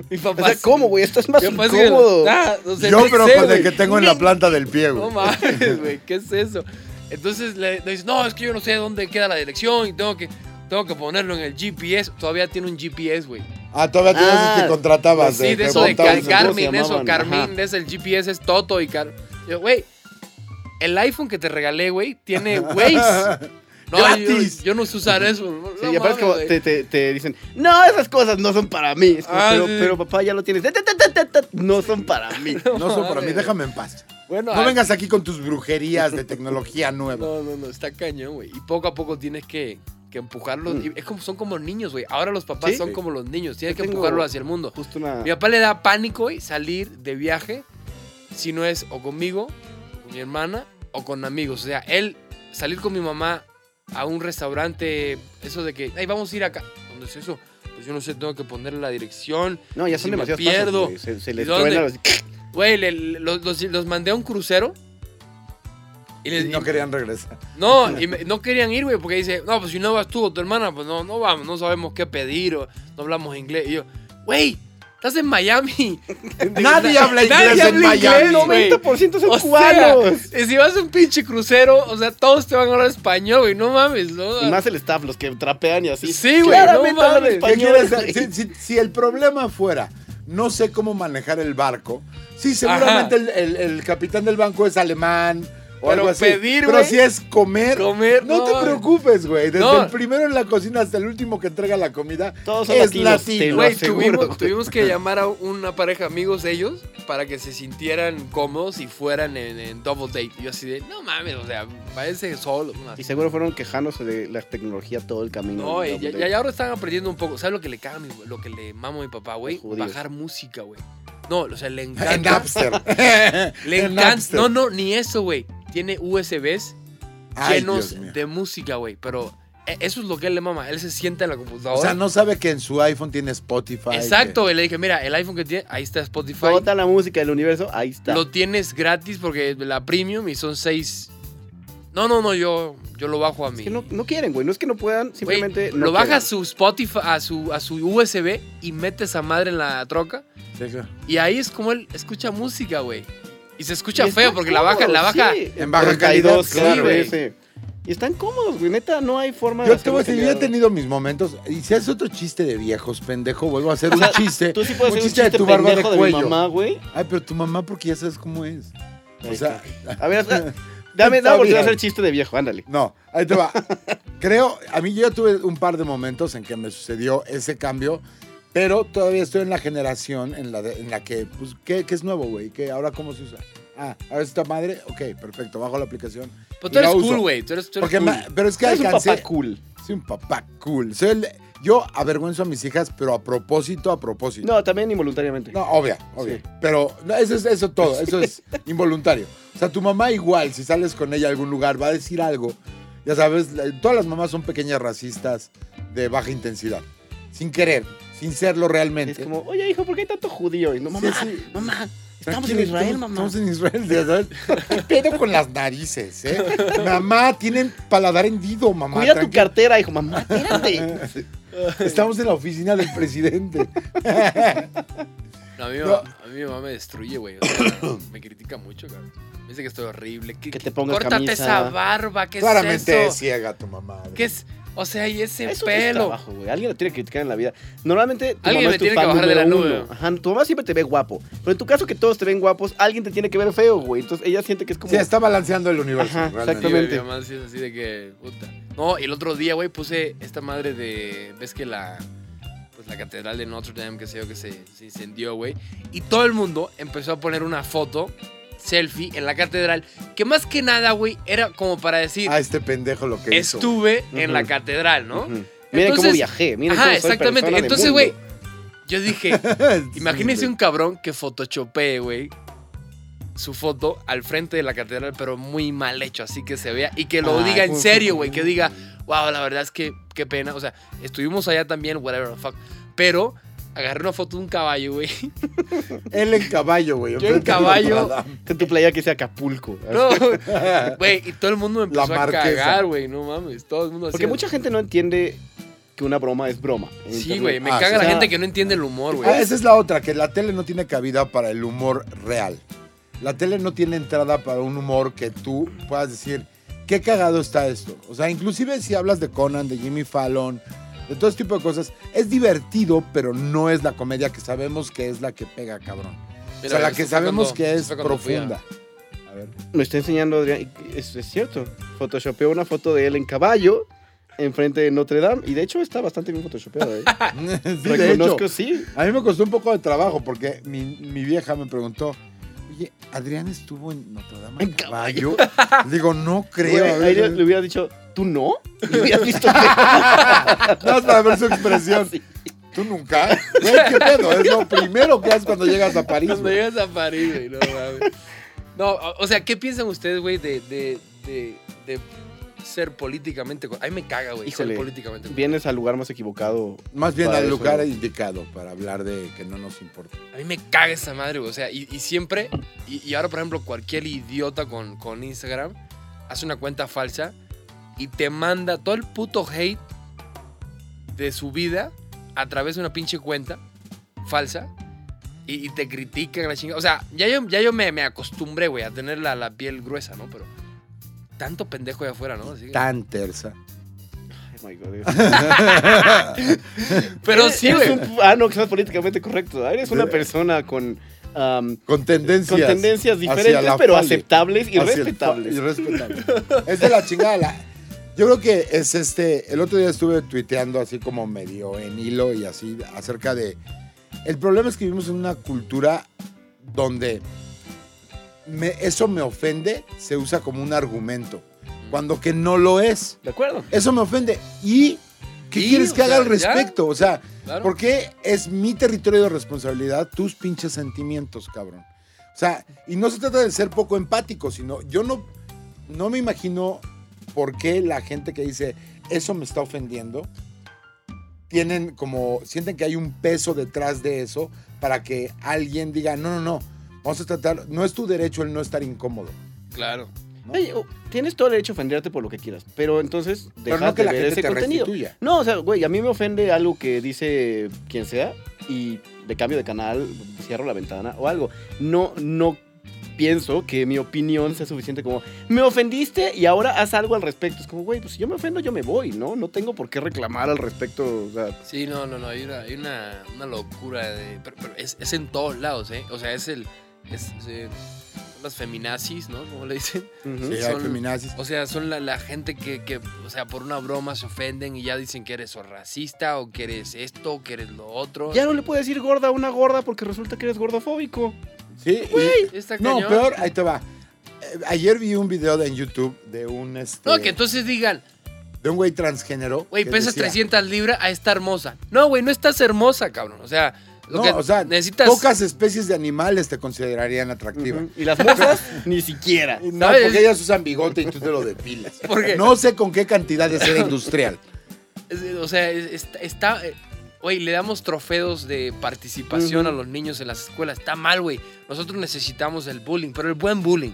Speaker 3: mi papá.
Speaker 2: O sea, ¿cómo, güey? Estás más
Speaker 3: ¿Qué pasa que lo-
Speaker 2: incómodo.
Speaker 3: Ah, o sea,
Speaker 1: Yo,
Speaker 3: no
Speaker 1: pero
Speaker 3: sé,
Speaker 1: con el
Speaker 3: güey.
Speaker 1: que tengo en la
Speaker 3: Ni-
Speaker 1: planta del pie,
Speaker 3: No
Speaker 1: güey.
Speaker 3: mames, güey, ¿qué es eso? Entonces le, le dice, no, es que yo no sé dónde queda la dirección y tengo que, tengo que ponerlo en el GPS. Todavía tiene un GPS, güey.
Speaker 1: Ah, todavía tienes
Speaker 2: Ah,
Speaker 1: esos que contratabas.
Speaker 3: pues Sí, de
Speaker 1: te
Speaker 3: eso de
Speaker 1: montabas
Speaker 3: Car-
Speaker 1: en-
Speaker 2: cargar.
Speaker 3: Carmin,
Speaker 2: se
Speaker 3: eso,
Speaker 2: llamaban,
Speaker 3: Carmin,
Speaker 2: ajá.
Speaker 3: es el GPS, es Toto y Car... Yo, güey, el iPhone que te regalé, güey, tiene Waze. No, yo,
Speaker 1: ¡Gratis!
Speaker 3: yo no sé usar eso. No,
Speaker 2: Sí,
Speaker 3: no
Speaker 2: y aparte es
Speaker 3: mames,
Speaker 2: como
Speaker 3: güey.
Speaker 2: te, te- te dicen, no, esas cosas no son para mí. Es como,
Speaker 3: Ah,
Speaker 2: pero,
Speaker 3: sí.
Speaker 2: pero papá, ya lo tienes. Ta, ta, ta, ta, ta, ta, No son para mí.
Speaker 1: No son para
Speaker 3: Madre.
Speaker 1: mí, déjame en paz.
Speaker 3: Bueno,
Speaker 1: No
Speaker 3: ah,
Speaker 1: vengas aquí con tus brujerías de tecnología nueva.
Speaker 3: No, no, no, está cañón, güey. Y poco a poco tienes que, que empujarlos.
Speaker 2: Mm.
Speaker 3: Y Es como, son como niños, güey. Ahora los papás
Speaker 2: Sí.
Speaker 3: son como los niños. Tienes
Speaker 2: Yo
Speaker 3: que
Speaker 2: tengo-
Speaker 3: empujarlos hacia el mundo.
Speaker 2: Justo una...
Speaker 3: Mi papá le da pánico, güey, salir de viaje si no es o conmigo, con mi hermana o con amigos. O sea, él salir con mi mamá a un restaurante, eso de que, ay, vamos a ir acá. ¿Dónde es eso? Pues yo no sé, tengo que ponerle la dirección.
Speaker 2: No, ya
Speaker 3: si
Speaker 2: son
Speaker 3: me
Speaker 2: demasiados
Speaker 3: pierdo,
Speaker 2: pasos, güey. Se, se les
Speaker 3: ¿y dónde?
Speaker 2: truena los-
Speaker 3: Güey, le- le- los, los- los mandé a un crucero. Y
Speaker 1: Y
Speaker 3: les,
Speaker 1: no querían regresar.
Speaker 3: No, y me- no querían ir, güey, porque dice, no, pues si no vas tú o tu hermana, pues no, no vamos, no sabemos qué pedir, o no hablamos inglés. Y yo, güey, estás en Miami.
Speaker 1: Nadie habla inglés en
Speaker 3: Nadie habla inglés,
Speaker 1: Miami.
Speaker 3: güey.
Speaker 2: 90% son
Speaker 3: O
Speaker 2: cubanos.
Speaker 3: sea, y si vas a un pinche crucero, o sea, todos te van a hablar español, güey, no mames, ¿no?
Speaker 2: Y más el staff, los que trapean y así.
Speaker 3: Sí, güey,
Speaker 2: Claramente
Speaker 3: no
Speaker 2: hablan
Speaker 3: mames.
Speaker 1: ¿Qué
Speaker 2: español,
Speaker 1: quieres
Speaker 2: güey.
Speaker 1: hacer? Si, si- si el problema fuera, no sé cómo manejar el barco, sí, seguramente el, el- el capitán del banco es alemán o
Speaker 3: Pero
Speaker 1: algo así.
Speaker 3: pedir,
Speaker 1: pero
Speaker 3: güey.
Speaker 1: si es comer,
Speaker 3: Comer,
Speaker 1: no, te
Speaker 3: mames.
Speaker 1: preocupes, güey. Desde
Speaker 3: No.
Speaker 1: el primero en la cocina hasta el último que entrega la comida,
Speaker 2: Todos son
Speaker 1: es
Speaker 2: latinos, te
Speaker 1: latino.
Speaker 2: lo
Speaker 3: Güey,
Speaker 2: aseguro,
Speaker 3: tuvimos,
Speaker 2: güey.
Speaker 3: tuvimos que llamar a una pareja de amigos de ellos para que se sintieran cómodos y fueran en, en double date. Y yo así de, no mames, o sea, váyanse solo. una-
Speaker 2: Y seguro fueron quejándose de la tecnología todo el camino.
Speaker 3: No,
Speaker 2: del
Speaker 3: y ya,
Speaker 2: doble
Speaker 3: ya-
Speaker 2: date.
Speaker 3: ya ahora están aprendiendo un poco. ¿Sabes lo que le caga a mi, lo que le mamo a mi papá, güey?
Speaker 2: Los judíos.
Speaker 3: Bajar música, güey. No, o sea, le
Speaker 1: En
Speaker 3: encanta.
Speaker 1: Napster.
Speaker 3: le
Speaker 1: en
Speaker 3: encanta.
Speaker 1: Napster.
Speaker 3: No, no, ni eso, güey. Tiene USBs
Speaker 1: Ay, Dios mío.
Speaker 3: llenos de música, güey. Pero eh, eso es lo que él le mama. Él se sienta en la computadora.
Speaker 1: O sea, no sabe que en su iPhone tiene Spotify. que-
Speaker 3: Exacto, güey. Le dije, mira, el iPhone que tiene, ahí está Spotify.
Speaker 2: Toda la música del universo, ahí está.
Speaker 3: Lo tienes gratis porque la premium y son seis. No, no, no, yo, yo lo bajo a mí.
Speaker 2: Es que no, no quieren, güey. No es que no puedan,
Speaker 3: Güey,
Speaker 2: simplemente. no
Speaker 3: lo baja a
Speaker 2: quieren.
Speaker 3: su Spotify, a su, a su USB y mete esa madre en la troca.
Speaker 1: Sí, claro.
Speaker 3: Y ahí es como él escucha música, güey. Y se escucha
Speaker 2: Y están
Speaker 3: feo porque la baja, la
Speaker 2: cómodos,
Speaker 3: baja.
Speaker 2: sí.
Speaker 1: En baja
Speaker 2: 32,
Speaker 1: calidad,
Speaker 2: sí,
Speaker 3: claro,
Speaker 2: güey.
Speaker 3: güey.
Speaker 2: sí. Y están cómodos, güey. Neta, no hay forma
Speaker 1: Yo
Speaker 2: de.
Speaker 1: te voy a
Speaker 2: hacerlos
Speaker 1: decir, yo he
Speaker 2: pelear.
Speaker 1: tenido mis momentos. Y si haces otro chiste de viejos, pendejo, vuelvo a hacer un chiste.
Speaker 2: Tú sí puedes
Speaker 1: un
Speaker 2: hacer un
Speaker 1: chiste de
Speaker 2: chiste
Speaker 1: tu barba de
Speaker 2: pendejo de mi
Speaker 1: cuello.
Speaker 2: mamá, güey.
Speaker 1: Ay, pero tu mamá, porque ya sabes cómo es. O sea,
Speaker 2: A ver, hasta- dame,
Speaker 1: Está
Speaker 2: dame oportunidad de
Speaker 1: bien.
Speaker 2: hacer chiste de viejo, ándale.
Speaker 1: no, ahí te va. Creo, a mí yo ya tuve un par de momentos en que me sucedió ese cambio, pero todavía estoy en la generación en la, de- en la que, pues, ¿qué, qué es nuevo, güey? ¿Qué, ¿Ahora cómo se usa? Ah, ¿ahora está madre? Ok, perfecto, bajo la aplicación.
Speaker 3: Pero
Speaker 1: y
Speaker 3: tú eres
Speaker 1: la uso.
Speaker 3: cool, güey. Tú eres, tú eres
Speaker 1: Porque
Speaker 3: cool.
Speaker 1: ma- pero es que
Speaker 2: Eres un
Speaker 1: alcancé...
Speaker 2: papá cool.
Speaker 1: Soy un papá cool. Soy el- yo avergüenzo a mis hijas, pero a propósito, a propósito.
Speaker 2: No, también involuntariamente.
Speaker 1: No, obvia, obvia. Pero no, eso es eso todo, eso es involuntario. O sea, tu mamá igual, si sales con ella a algún lugar, va a decir algo. Ya sabes, la- todas las mamás son pequeñas racistas de baja intensidad. Sin querer, sin serlo
Speaker 2: Es
Speaker 1: realmente.
Speaker 2: como, oye, hijo, ¿por qué hay tanto judío? Y no, mamá,
Speaker 1: sí.
Speaker 2: mamá, estamos
Speaker 1: Tranquilo,
Speaker 2: en Israel,
Speaker 1: estamos-
Speaker 2: mamá.
Speaker 1: Estamos en Israel, ya sabes. ¿Qué pedo con las narices, eh? mamá, tienen paladar hendido, mamá.
Speaker 2: Cuida tu
Speaker 1: tranquila.
Speaker 2: cartera, hijo, mamá, espérate.
Speaker 1: Estamos en la oficina del presidente.
Speaker 3: No, a, mí, mi
Speaker 1: No.
Speaker 3: mamá- a mí mi mamá me destruye, güey. o sea, me critica mucho, cabrón. Me dice que estoy horrible. Que,
Speaker 2: Que te pongas
Speaker 3: Córtate
Speaker 2: camisa.
Speaker 3: esa barba, ¿qué
Speaker 1: Claramente es
Speaker 3: es eso?
Speaker 1: ciega tu mamá.
Speaker 3: ¿Qué es? O sea, y ese
Speaker 2: Eso no es
Speaker 3: pelo.
Speaker 2: trabajo, güey. Alguien lo tiene que criticar en la vida. Normalmente tu
Speaker 3: Alguien
Speaker 2: mamá
Speaker 3: me
Speaker 2: es tu
Speaker 3: tiene que
Speaker 2: fan
Speaker 3: bajar de la
Speaker 2: número
Speaker 3: nube.
Speaker 2: uno. Ajá, tu mamá siempre te ve guapo. Pero en tu caso que todos te ven guapos, alguien te tiene que ver feo, güey. Entonces ella siente que es como...
Speaker 1: Sí, está balanceando el universo.
Speaker 2: Ajá,
Speaker 1: realmente.
Speaker 3: Sí, güey, mi
Speaker 2: Exactamente.
Speaker 3: mamá sí es así de que, puta. No, y el otro día, güey, puse esta madre de, ves que la, pues la catedral de Notre Dame, que sé yo, que se, se incendió, güey. Y todo el mundo empezó a poner una foto, selfie, en la catedral, que más que nada, güey, era como para decir,
Speaker 1: A este pendejo lo que hizo.
Speaker 3: estuve en la
Speaker 2: Ujú.
Speaker 3: catedral, ¿no?
Speaker 2: Ujú. Miren
Speaker 3: Entonces-
Speaker 2: cómo viajé, miren
Speaker 3: Ajá,
Speaker 2: cómo soy
Speaker 3: exactamente.
Speaker 2: persona de
Speaker 3: Entonces,
Speaker 2: mundo.
Speaker 3: güey, yo dije, imagínese un cabrón que photoshopee, güey, su foto al frente de la catedral, pero muy mal hecho, así que se vea. Y que lo
Speaker 2: Ay,
Speaker 3: diga en
Speaker 2: güey,
Speaker 3: serio,
Speaker 2: güey.
Speaker 3: güey, que diga, wow, la verdad es que qué pena. O sea, estuvimos allá también, whatever the fuck. Pero agarré una foto de un caballo, güey.
Speaker 1: Él en caballo, güey.
Speaker 3: Yo en
Speaker 1: enfrente de
Speaker 3: caballo.
Speaker 1: Notre Dame.
Speaker 2: Con Este tu playa que sea Acapulco.
Speaker 3: No,
Speaker 1: Ah,
Speaker 3: güey, y todo el mundo me
Speaker 1: La
Speaker 3: empezó a
Speaker 1: marquesa.
Speaker 3: cagar, güey, no mames. Todo el mundo
Speaker 2: Porque
Speaker 3: hacía-
Speaker 2: mucha gente no entiende que una broma es broma. en
Speaker 3: Sí,
Speaker 2: internet.
Speaker 3: güey, me
Speaker 1: Ah,
Speaker 3: caga
Speaker 1: sí.
Speaker 3: la
Speaker 2: O sea,
Speaker 3: gente que no entiende el humor, güey.
Speaker 1: Ah, esa es la otra, que la tele no tiene cabida para el humor real. La tele no tiene entrada para un humor que tú puedas decir, qué cagado está esto. O sea, inclusive si hablas de Conan, de Jimmy Fallon, de todo este tipo de cosas, es divertido, pero no es la comedia que sabemos que es la que pega, cabrón.
Speaker 3: Mira,
Speaker 1: o sea, la
Speaker 3: eso
Speaker 1: que
Speaker 3: fue
Speaker 1: sabemos
Speaker 3: cuando-
Speaker 1: que
Speaker 3: eso
Speaker 1: es
Speaker 3: fue cuando fui a-
Speaker 1: profunda. A ver.
Speaker 2: Me está enseñando Adrián, y es, es cierto, photoshopeó una foto de él en caballo enfrente de Notre Dame y de hecho está bastante bien photoshopeado. ¿eh?
Speaker 3: Ah,
Speaker 1: Sí, de hecho.
Speaker 2: Reconozco, sí.
Speaker 1: A mí me costó un poco de trabajo porque mi, mi vieja me preguntó, oye, ¿Adrián estuvo en Notre Dame en caballo? Digo, no creo. a
Speaker 2: Güey,
Speaker 1: ver,
Speaker 2: ahí le hubiera dicho, ¿tú no? ¿Le hubieras visto?
Speaker 1: nada más para ver su expresión.
Speaker 2: Sí.
Speaker 1: ¿Tú nunca? Güey, ¿Qué pedo? Es lo primero que haces cuando llegas a París.
Speaker 3: Cuando
Speaker 1: güey.
Speaker 3: llegas a París, güey, no mames. No, o, o sea, ¿qué piensan ustedes, güey, de, de, de, de ser políticamente correcto? Ay, me caga, güey, ser
Speaker 2: Híjole.
Speaker 3: políticamente correcto.
Speaker 2: Vienes al lugar más equivocado.
Speaker 1: Más bien
Speaker 2: Para
Speaker 1: al
Speaker 2: eso,
Speaker 1: lugar
Speaker 2: güey.
Speaker 1: indicado para hablar de que no nos importa.
Speaker 3: A mí me caga esa madre, güey. O sea, y, y siempre, y, y ahora, por ejemplo, cualquier idiota con, con Instagram hace una cuenta falsa y te manda todo el puto hate de su vida a través de una pinche cuenta falsa y, y te critican la chingada. O sea, ya yo, ya yo me, me acostumbré, güey, a tener la, la piel gruesa, ¿no? Pero tanto pendejo de afuera, ¿no? Así que-
Speaker 1: Tan tersa.
Speaker 2: Ay, my God.
Speaker 3: pero
Speaker 2: Eres-
Speaker 3: sí,
Speaker 2: eres
Speaker 3: güey.
Speaker 2: Eh, un- Ah, no, que seas políticamente correcto. Eres una persona con... am,
Speaker 1: Con tendencias.
Speaker 2: con tendencias
Speaker 1: hacia
Speaker 2: diferentes,
Speaker 1: la
Speaker 2: pero
Speaker 1: fali.
Speaker 2: aceptables y
Speaker 1: Así es,
Speaker 2: respetables.
Speaker 1: y respetable. es de la chingada. la- Yo creo que es este. El otro día estuve tuiteando así como medio en hilo y así acerca de. El problema es que vivimos en una cultura donde me- eso me ofende se usa como un argumento, cuando que no lo es.
Speaker 2: ¿De acuerdo?
Speaker 1: Eso me ofende. ¿Y qué
Speaker 3: Y,
Speaker 1: quieres
Speaker 3: o
Speaker 1: que haga
Speaker 3: sea,
Speaker 1: al
Speaker 3: ya.
Speaker 1: respecto? O sea,
Speaker 3: Claro.
Speaker 1: porque es mi territorio de responsabilidad, tus pinches sentimientos, cabrón. O sea, y no se trata de ser poco empático, sino yo no, no me imagino por qué la gente que dice eso me está ofendiendo, tienen como, sienten que hay un peso detrás de eso para que alguien diga, no, no, no, vamos a tratar, no es tu derecho el no estar incómodo.
Speaker 3: Claro.
Speaker 1: ¿no?
Speaker 2: Oye, o- oh, tienes todo el derecho a ofenderte por lo que quieras, pero entonces
Speaker 1: Pero
Speaker 2: dejas
Speaker 1: no que
Speaker 2: de
Speaker 1: la
Speaker 2: ver
Speaker 1: gente te
Speaker 2: ese contenido.
Speaker 1: restituya.
Speaker 2: No, o sea, güey, a mí me ofende algo que dice quien sea y de cambio de canal, cierro la ventana o algo. No, no pienso que mi opinión sea suficiente como, me ofendiste y ahora haz algo al respecto. Es como, güey, pues si yo me ofendo, yo me voy, ¿no? No tengo por qué reclamar al respecto, o sea...
Speaker 3: Sí, no, no, no, hay una, hay una, una locura de... Pero, pero es, es en todos lados, ¿eh? O sea, es el... Es, es, eh, las feminazis, ¿no? Como le dicen.
Speaker 2: Ujú.
Speaker 1: Sí, hay
Speaker 3: Son-
Speaker 1: feminazis.
Speaker 3: O sea, son la, la gente que, que, o sea, por una broma se ofenden y ya dicen que eres o racista o que eres esto o que eres lo otro.
Speaker 2: Ya no le puedes decir gorda a una gorda porque resulta que eres gordofóbico.
Speaker 1: Sí, y-
Speaker 3: Está
Speaker 1: no,
Speaker 3: cañón.
Speaker 1: peor, ahí te va. Eh, Ayer vi un video de- en YouTube de un este,
Speaker 3: No, que entonces digan,
Speaker 1: de un güey transgénero.
Speaker 3: güey,
Speaker 1: que
Speaker 3: pesas
Speaker 1: decía,
Speaker 3: 300 libras, ah, está hermosa. No, güey, no estás hermosa, cabrón. O sea, lo
Speaker 1: No,
Speaker 3: que
Speaker 1: o sea,
Speaker 3: necesitas.
Speaker 1: pocas especies de animales te considerarían atractiva.
Speaker 2: Ujú. Y las mozas, ni siquiera.
Speaker 1: Y No,
Speaker 3: ¿Sabes?
Speaker 1: porque ellas usan bigote y tú te lo depilas.
Speaker 3: ¿Por qué?
Speaker 1: No sé con qué cantidad de seda industrial.
Speaker 3: es- eh, O sea, es- está. está, eh, Güey, le damos trofeos de participación
Speaker 2: Ujú.
Speaker 3: a los niños en las escuelas. Está mal, güey. Nosotros necesitamos el bullying, pero el buen bullying.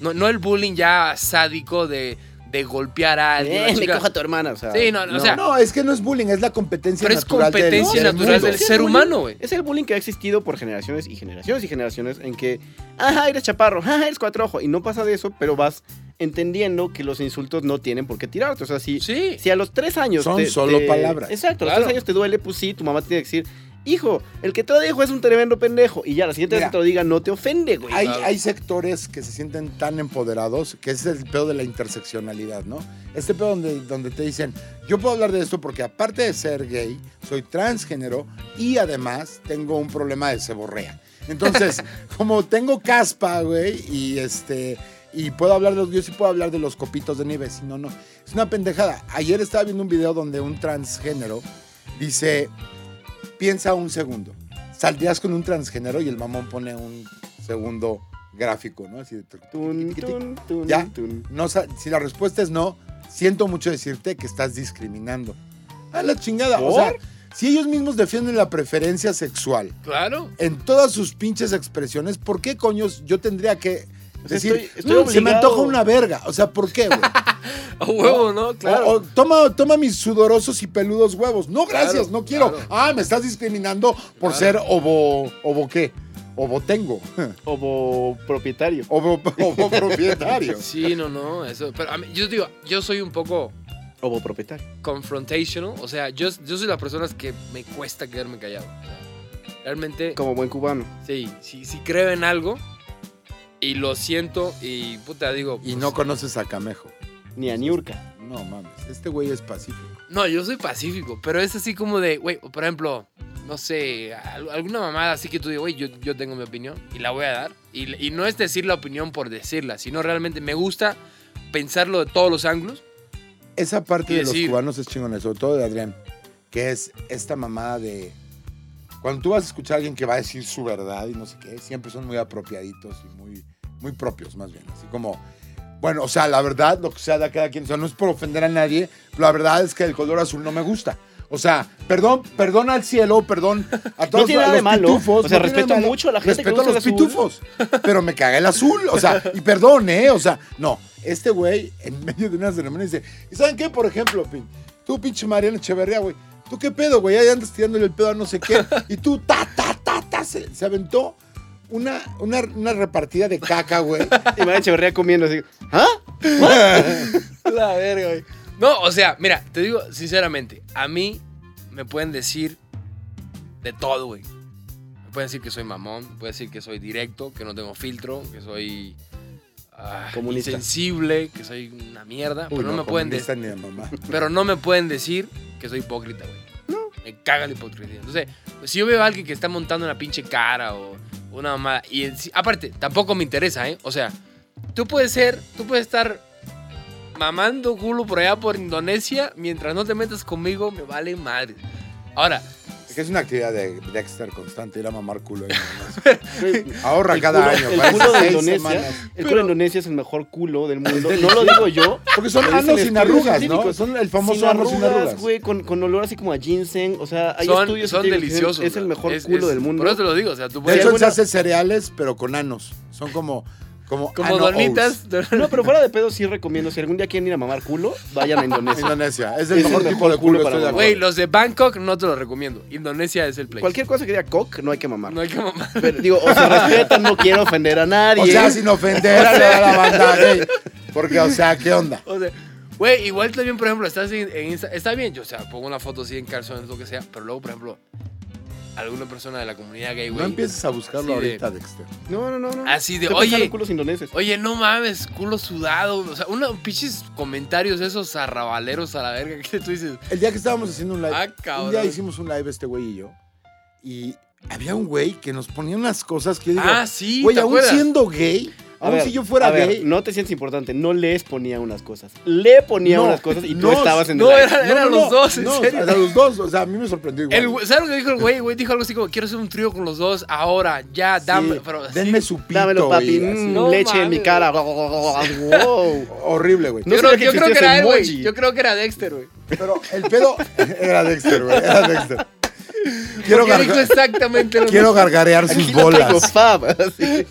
Speaker 3: No, no el bullying ya sádico de, de golpear a alguien. la
Speaker 2: Eh, me
Speaker 3: chica-
Speaker 2: cojo a tu hermana, o sea.
Speaker 3: Sí, no, no, o sea,
Speaker 1: No, es que no es bullying, es la competencia
Speaker 3: Pero es
Speaker 1: natural. del-
Speaker 3: competencia
Speaker 1: del
Speaker 3: natural
Speaker 1: mundo.
Speaker 3: del ser
Speaker 2: bullying-
Speaker 3: humano, güey.
Speaker 2: Es el bullying que ha existido por generaciones y generaciones y generaciones en que, ajá, eres chaparro, ajá, eres cuatro ojos. Y no pasa de eso, pero vas entendiendo que los insultos no tienen por qué tirarte. O sea, si,
Speaker 3: Sí.
Speaker 2: si a los tres años.
Speaker 1: Son solo palabras.
Speaker 2: Exacto, a los
Speaker 3: Claro.
Speaker 2: tres años te duele, pues sí, tu mamá tiene que decir, hijo, el que te lo dijo es un tremendo pendejo. Y ya, la siguiente vez
Speaker 1: Mira.
Speaker 2: que te lo diga, no te ofende, güey.
Speaker 1: Hay,
Speaker 3: Claro.
Speaker 1: hay sectores que se sienten tan empoderados que ese es el pedo de la interseccionalidad, ¿no? Este pedo donde, donde te dicen, yo puedo hablar de esto porque aparte de ser gay, soy transgénero y además tengo un problema de ceborrea. Entonces, como tengo caspa, güey, y este... Y puedo hablar de los, yo sí puedo hablar de los copitos de nieve, si no, no. Es una pendejada. Ayer estaba viendo un video donde un transgénero dice, piensa un segundo. Saldrías con un transgénero y el mamón pone un segundo gráfico, ¿no? Así de tuc, tuc,
Speaker 2: Tun,
Speaker 1: tuc, tuc, tuc.
Speaker 2: tun, tun,
Speaker 1: Ya.
Speaker 2: tun.
Speaker 1: No sa- si la respuesta es no, siento mucho decirte que estás discriminando. A la chingada. O sea,
Speaker 2: ¿Por?
Speaker 1: si ellos mismos defienden la preferencia sexual
Speaker 3: Claro.
Speaker 1: en todas sus pinches expresiones, ¿por qué coños yo tendría que
Speaker 2: O sea,
Speaker 1: decir,
Speaker 2: estoy- estoy
Speaker 1: "Mm, se me
Speaker 2: obligado"?
Speaker 1: antoja una verga? O sea, ¿por qué, güey?
Speaker 3: A huevo, ¿no? Claro.
Speaker 1: O- o toma, toma mis sudorosos y peludos huevos. No, gracias,
Speaker 3: Claro,
Speaker 1: no quiero.
Speaker 3: claro.
Speaker 1: Ah, me estás discriminando por
Speaker 3: Claro.
Speaker 1: ser ovo. ¿Ovo qué? Ovo tengo.
Speaker 2: Ovo propietario.
Speaker 1: Ovo, ovo propietario.
Speaker 3: Sí, no, no. Eso. Pero a mí- yo digo, yo soy un poco
Speaker 2: Ovo propietario.
Speaker 3: confrontational. O sea, yo, yo soy las personas que me cuesta quedarme callado. O sea, realmente,
Speaker 2: Como buen cubano.
Speaker 3: sí, sí, sí creo en algo y lo siento y puta, digo.
Speaker 1: Y
Speaker 3: pues,
Speaker 1: no conoces a Camejo.
Speaker 2: Ni a Niurka.
Speaker 1: No mames, este güey es pacífico.
Speaker 3: No, yo soy pacífico, pero es así como de, güey, por ejemplo, no sé, al- alguna mamada así que tú digas, güey, yo, yo tengo mi opinión y la voy a dar. Y, y no es decir la opinión por decirla, sino realmente me gusta pensarlo de todos los ángulos.
Speaker 1: Esa parte
Speaker 3: Y
Speaker 1: de
Speaker 3: decir-
Speaker 1: los cubanos es chingona, sobre todo de Adrián, que es esta mamada de. Cuando tú vas a escuchar a alguien que va a decir su verdad y no sé qué, siempre son muy apropiaditos y muy, muy propios, más bien. Así como, bueno, o sea, la verdad, lo que sea de cada quien, o sea, no es por ofender a nadie, pero la verdad es que el color azul no me gusta. O sea, perdón, perdón al cielo, perdón a todos
Speaker 2: No tiene nada de
Speaker 1: los
Speaker 2: malo.
Speaker 1: pitufos.
Speaker 2: O sea,
Speaker 1: no tiene nada de
Speaker 2: respeto
Speaker 1: malo.
Speaker 2: mucho a la gente que
Speaker 1: Respeto
Speaker 2: usa
Speaker 1: a los
Speaker 2: el azul.
Speaker 1: pitufos, pero me caga el azul. O sea, y perdón, ¿eh? O sea, no. Este güey, en medio de una ceremonia, dice, ¿y saben qué, por ejemplo, pin? Tú, pinche Mariano Echeverría, güey. ¿Tú qué pedo, güey? Ahí andas tirándole el pedo a no sé qué. Y tú, ta, ta, ta, ta, se, se aventó una, una, una repartida de caca, güey.
Speaker 2: Y María Echeverría comiendo así. ¿Ah?
Speaker 3: La verga, güey. No, o sea, mira, te digo sinceramente, a mí me pueden decir de todo, güey. Me pueden decir que soy mamón, me pueden decir que soy directo, que no tengo filtro, que soy ah,
Speaker 2: Comunista.
Speaker 3: insensible, que soy una mierda,
Speaker 1: Uy,
Speaker 3: pero no, me pueden decir
Speaker 1: comunista ni de mamá.
Speaker 3: pero no me pueden decir que soy hipócrita, güey. Me caga la hipocresía. Entonces, pues, si yo veo a alguien que está montando una pinche cara o una mamada, y en sí- aparte, tampoco me interesa, ¿eh? O sea, tú puedes ser, tú puedes estar mamando culo por allá por Indonesia, mientras no te metas conmigo, me vale madre. Ahora,
Speaker 1: Es que es una actividad de Dexter constante, ir a mamar culo. ahí nomás.
Speaker 2: El
Speaker 1: Ahorra cada
Speaker 2: culo-
Speaker 1: año.
Speaker 2: El
Speaker 1: para
Speaker 2: culo
Speaker 1: esas
Speaker 2: de
Speaker 1: seis
Speaker 2: Indonesia.
Speaker 1: semanas.
Speaker 2: El culo de Indonesia es el mejor culo del mundo. No lo digo yo.
Speaker 1: Porque son
Speaker 2: Lo dicen
Speaker 1: anos sin
Speaker 2: estudios
Speaker 1: arrugas, ¿no?
Speaker 2: científicos.
Speaker 1: Son el famoso
Speaker 2: sin
Speaker 1: ano sin
Speaker 2: arrugas,
Speaker 1: arrugas.
Speaker 2: güey, con, con olor así como a ginseng. O sea, hay
Speaker 3: son,
Speaker 2: estudios científicos
Speaker 3: son
Speaker 2: que dicen,
Speaker 3: deliciosos.
Speaker 2: Es el
Speaker 3: güey.
Speaker 2: mejor
Speaker 3: Es-
Speaker 2: culo
Speaker 3: es-
Speaker 2: del mundo.
Speaker 3: Por eso te lo digo, o sea, tú
Speaker 1: De
Speaker 3: puedes...
Speaker 1: hecho, él se
Speaker 2: alguna-
Speaker 1: hace cereales, pero con anos. Son como. Como,
Speaker 2: Ah,
Speaker 3: como
Speaker 1: ano
Speaker 3: donitas...
Speaker 2: No, pero fuera de pedo sí recomiendo. Si algún día quieren ir a mamar culo, vayan a
Speaker 1: O's.
Speaker 2: Indonesia.
Speaker 1: Indonesia. Es el
Speaker 2: Es el
Speaker 1: mejor tipo de
Speaker 2: mejor culo
Speaker 1: culo,
Speaker 2: para
Speaker 1: estoy de
Speaker 2: mamar.
Speaker 3: Güey,
Speaker 1: acuerdo.
Speaker 3: los de Bangkok no te los recomiendo. Indonesia es el play.
Speaker 2: Cualquier cosa que diga cock, no hay que mamar.
Speaker 3: No hay que mamar.
Speaker 2: Pero, digo, o se respetan, no quiero ofender a nadie.
Speaker 1: O sea, sin ofender a toda la banda, güey. Porque, o sea, ¿qué onda?
Speaker 3: O sea, güey, igual también, por ejemplo, estás en, en Insta- Está bien, yo, o sea, pongo una foto así en calzones, lo que sea, pero luego, por ejemplo, alguna persona de la comunidad gay, güey.
Speaker 1: No empieces a buscarlo
Speaker 3: Sí, de-
Speaker 1: ahorita, Dexter.
Speaker 2: No, no, no. no.
Speaker 3: Así de,
Speaker 2: ¿Qué pensaron
Speaker 3: oye,
Speaker 2: culos indoneses?
Speaker 3: Oye, no mames, culo sudado. O sea, unos pinches comentarios esos arrabaleros a la verga que tú dices.
Speaker 1: El día que estábamos haciendo un live,
Speaker 3: Ah,
Speaker 1: un
Speaker 3: cabrón.
Speaker 1: día hicimos un live este güey y yo, y había un güey que nos ponía unas cosas que yo digo,
Speaker 3: ah, sí,
Speaker 1: güey,
Speaker 3: ¿te
Speaker 1: aún
Speaker 3: acuerdas?
Speaker 1: siendo gay,
Speaker 2: A
Speaker 1: aún
Speaker 2: ver,
Speaker 1: si yo fuera
Speaker 2: a ver,
Speaker 1: gay,
Speaker 2: no te sientes importante. No les ponía unas cosas. Le ponía
Speaker 1: No,
Speaker 2: unas cosas y tú
Speaker 1: no,
Speaker 2: estabas en
Speaker 3: No,
Speaker 2: el
Speaker 3: era- eran los dos, en
Speaker 1: no,
Speaker 3: serio.
Speaker 1: o sea, los dos, o sea, a mí me sorprendió igual.
Speaker 3: El güey- ¿Sabes lo que dijo el güey? güey dijo algo así como, quiero hacer un trío con los dos ahora, ya,
Speaker 1: Sí,
Speaker 3: dame. Pero así,
Speaker 1: denme su pito.
Speaker 2: Dámelo, papi.
Speaker 1: y así.
Speaker 2: mm,
Speaker 3: No
Speaker 2: leche en mi
Speaker 3: mames.
Speaker 2: cara. wow.
Speaker 1: Horrible, güey.
Speaker 2: no
Speaker 3: yo,
Speaker 2: sabía
Speaker 3: creo,
Speaker 2: que
Speaker 3: yo creo que
Speaker 2: existía ese
Speaker 3: era él, güey.
Speaker 2: emoji.
Speaker 3: Yo creo que era Dexter, güey.
Speaker 1: Pero el pedo era Dexter, güey, era Dexter. Quiero,
Speaker 3: Porque
Speaker 1: garga-
Speaker 3: dijo exactamente lo
Speaker 1: quiero
Speaker 3: mismo.
Speaker 1: gargarear
Speaker 2: Aquí
Speaker 1: sus
Speaker 2: la tengo,
Speaker 1: bolas.
Speaker 2: fab. Así.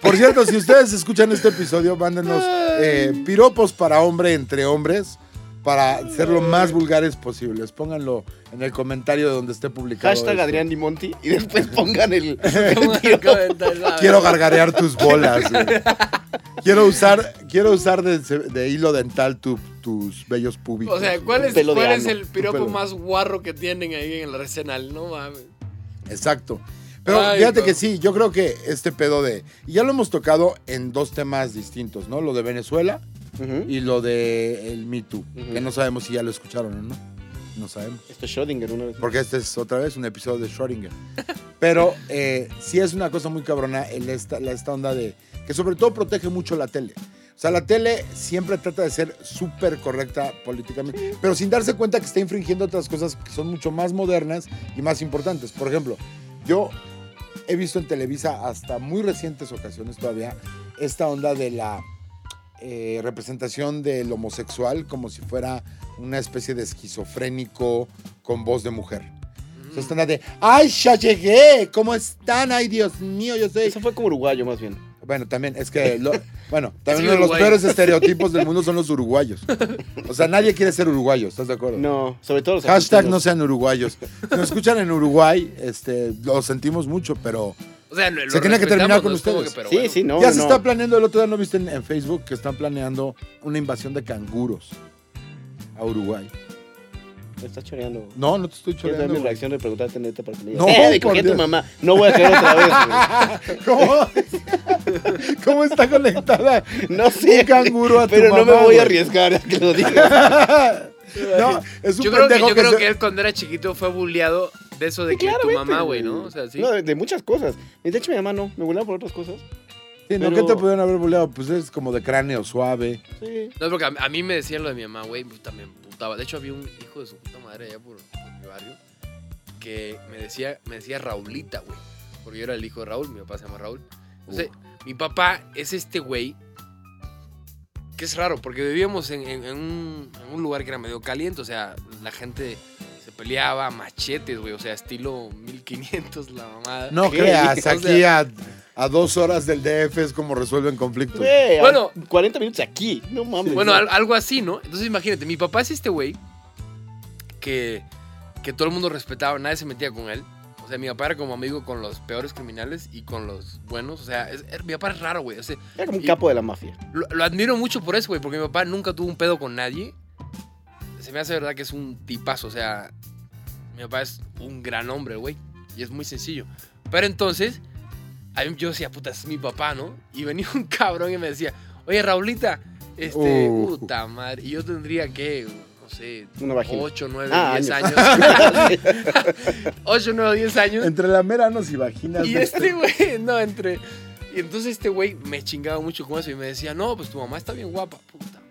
Speaker 1: Por cierto, si ustedes escuchan este episodio, mándenos eh, piropos para hombre entre hombres para ser lo más vulgares posibles. Pónganlo en el comentario de donde esté publicado.
Speaker 2: Hashtag
Speaker 1: esto.
Speaker 2: Adrián Dimonti y después pongan el, el tiro.
Speaker 1: Quiero gargarear tus bolas. güey. Quiero usar, quiero usar de, de hilo dental tu- tus bellos públicos.
Speaker 3: O sea, ¿cuál es,
Speaker 2: Pelo de
Speaker 3: cuál es
Speaker 2: ano.
Speaker 3: el piropo
Speaker 1: Pelo.
Speaker 3: más guarro que tienen ahí en el arsenal? No mames.
Speaker 1: Exacto. Pero
Speaker 3: Ay,
Speaker 1: fíjate
Speaker 3: no.
Speaker 1: que sí, yo creo que este pedo de. y Ya lo hemos tocado en dos temas distintos, ¿no? Lo de Venezuela
Speaker 2: Ujú.
Speaker 1: y lo de el Me Too.
Speaker 2: Ujú.
Speaker 1: Que no sabemos si ya lo escucharon o no. No sabemos.
Speaker 2: Esto es Schrödinger una vez.
Speaker 1: Porque este es otra vez un episodio de Schrödinger. Pero eh, sí es una cosa muy cabrona el esta, la, esta onda de. que sobre todo protege mucho la tele. O sea, la tele siempre trata de ser súper correcta políticamente, pero sin darse cuenta que está infringiendo otras cosas que son mucho más modernas y más importantes. Por ejemplo, yo he visto en Televisa hasta muy recientes ocasiones todavía esta onda de la eh, representación del homosexual como si fuera una especie de esquizofrénico con voz de mujer. O
Speaker 2: Mm.
Speaker 1: sea, esta onda de, ¡ay, ya llegué! ¿Cómo están? ¡Ay, Dios mío! Yo soy...
Speaker 2: Eso fue como uruguayo más bien.
Speaker 1: Bueno, también es que lo- bueno,
Speaker 3: Sí,
Speaker 1: también uno de los
Speaker 3: Uruguay.
Speaker 1: peores estereotipos del mundo son los uruguayos. O sea, nadie quiere ser uruguayo, ¿estás de acuerdo?
Speaker 2: No, sobre todo los
Speaker 1: Hashtag no
Speaker 2: argentinos.
Speaker 1: sean uruguayos. Si nos escuchan en Uruguay, este, lo sentimos mucho, pero
Speaker 3: O sea, lo- lo
Speaker 1: Se tiene que terminar
Speaker 3: respetamos,
Speaker 1: con
Speaker 3: no es como
Speaker 1: ustedes.
Speaker 3: que, pero
Speaker 2: Sí,
Speaker 3: bueno.
Speaker 2: sí, no.
Speaker 1: ya
Speaker 2: no,
Speaker 1: se
Speaker 2: no.
Speaker 1: está planeando, el otro día no viste en, en Facebook que están planeando una invasión de canguros a Uruguay.
Speaker 2: Me estás choreando. güey.
Speaker 1: No, no te estoy
Speaker 2: Quiero ver
Speaker 1: choreando.
Speaker 2: mi
Speaker 1: güey.
Speaker 2: reacción de preguntarte neta para que me digas.
Speaker 1: No,
Speaker 2: eh, me
Speaker 1: por
Speaker 2: cogí a tu
Speaker 1: Dios.
Speaker 2: mamá. No voy a caer otra vez,
Speaker 1: ¿Cómo? ¿Cómo está conectada?
Speaker 2: güey. No sé.
Speaker 1: Un canguro a tu
Speaker 2: Pero no me
Speaker 1: mamá,
Speaker 2: voy
Speaker 1: güey.
Speaker 2: a arriesgar a que lo digas.
Speaker 1: No, es un
Speaker 3: Yo creo, que,
Speaker 1: pendejo
Speaker 3: yo creo
Speaker 1: se-
Speaker 3: que él cuando era chiquito fue bulleado de eso de que tu mamá, güey, ¿no? O sea, sí.
Speaker 2: No, de, de muchas cosas. De hecho, mi mamá no. Me volaba por otras cosas.
Speaker 1: Sí, ¿no?
Speaker 2: Pero-
Speaker 1: ¿Qué te pudieron haber boleado? Pues es como de cráneo suave.
Speaker 2: Sí.
Speaker 3: No, porque a, a mí me decían lo de mi mamá, güey, puta, me emputaba. De hecho, había un hijo de su puta madre allá por, por mi barrio que me decía, me decía Raulita, güey. Porque yo era el hijo de Raúl, mi papá se llama Raúl. Entonces, mi papá es este güey, que es raro, porque vivíamos en, en- en un, en un lugar que era medio caliente, o sea, la gente se peleaba a machetes, güey, o sea, estilo 1500 la mamada.
Speaker 1: No
Speaker 2: ¿Qué?
Speaker 1: creas,
Speaker 3: O
Speaker 1: aquí a, a dos horas del DF es como resuelven conflictos.
Speaker 2: Güey,
Speaker 3: Pues, Bueno.
Speaker 2: bueno. 40 minutos aquí. No mames.
Speaker 3: Bueno, al- algo así, ¿no? Entonces imagínate, mi papá es este güey que, que todo el mundo respetaba, nadie se metía con él. O sea, mi papá era como amigo con los peores criminales y con los buenos. O sea, es- er- mi papá es raro, güey. O sea,
Speaker 2: Era como un capo de la mafia.
Speaker 3: lo, lo admiro mucho por eso, güey, porque mi papá nunca tuvo un pedo con nadie. Se me hace verdad que es un tipazo. O sea, mi papá es un gran hombre, güey. Y es muy sencillo. Pero entonces, a mí- yo decía, puta, es mi papá, ¿no? Y venía un cabrón y me decía, oye, Raulita, este,
Speaker 1: Uh.
Speaker 3: puta madre. Y yo tendría que, no sé,
Speaker 2: Una vagina.
Speaker 3: 8, 9,
Speaker 2: Ah,
Speaker 3: 10
Speaker 2: años.
Speaker 3: años. 8, 9, 10 años.
Speaker 1: Entre la mera nos y vaginas.
Speaker 3: Y
Speaker 1: de-
Speaker 3: este güey, no, entre. Y entonces este güey me chingaba mucho con eso y me decía, no, pues tu mamá está bien guapa, puta madre.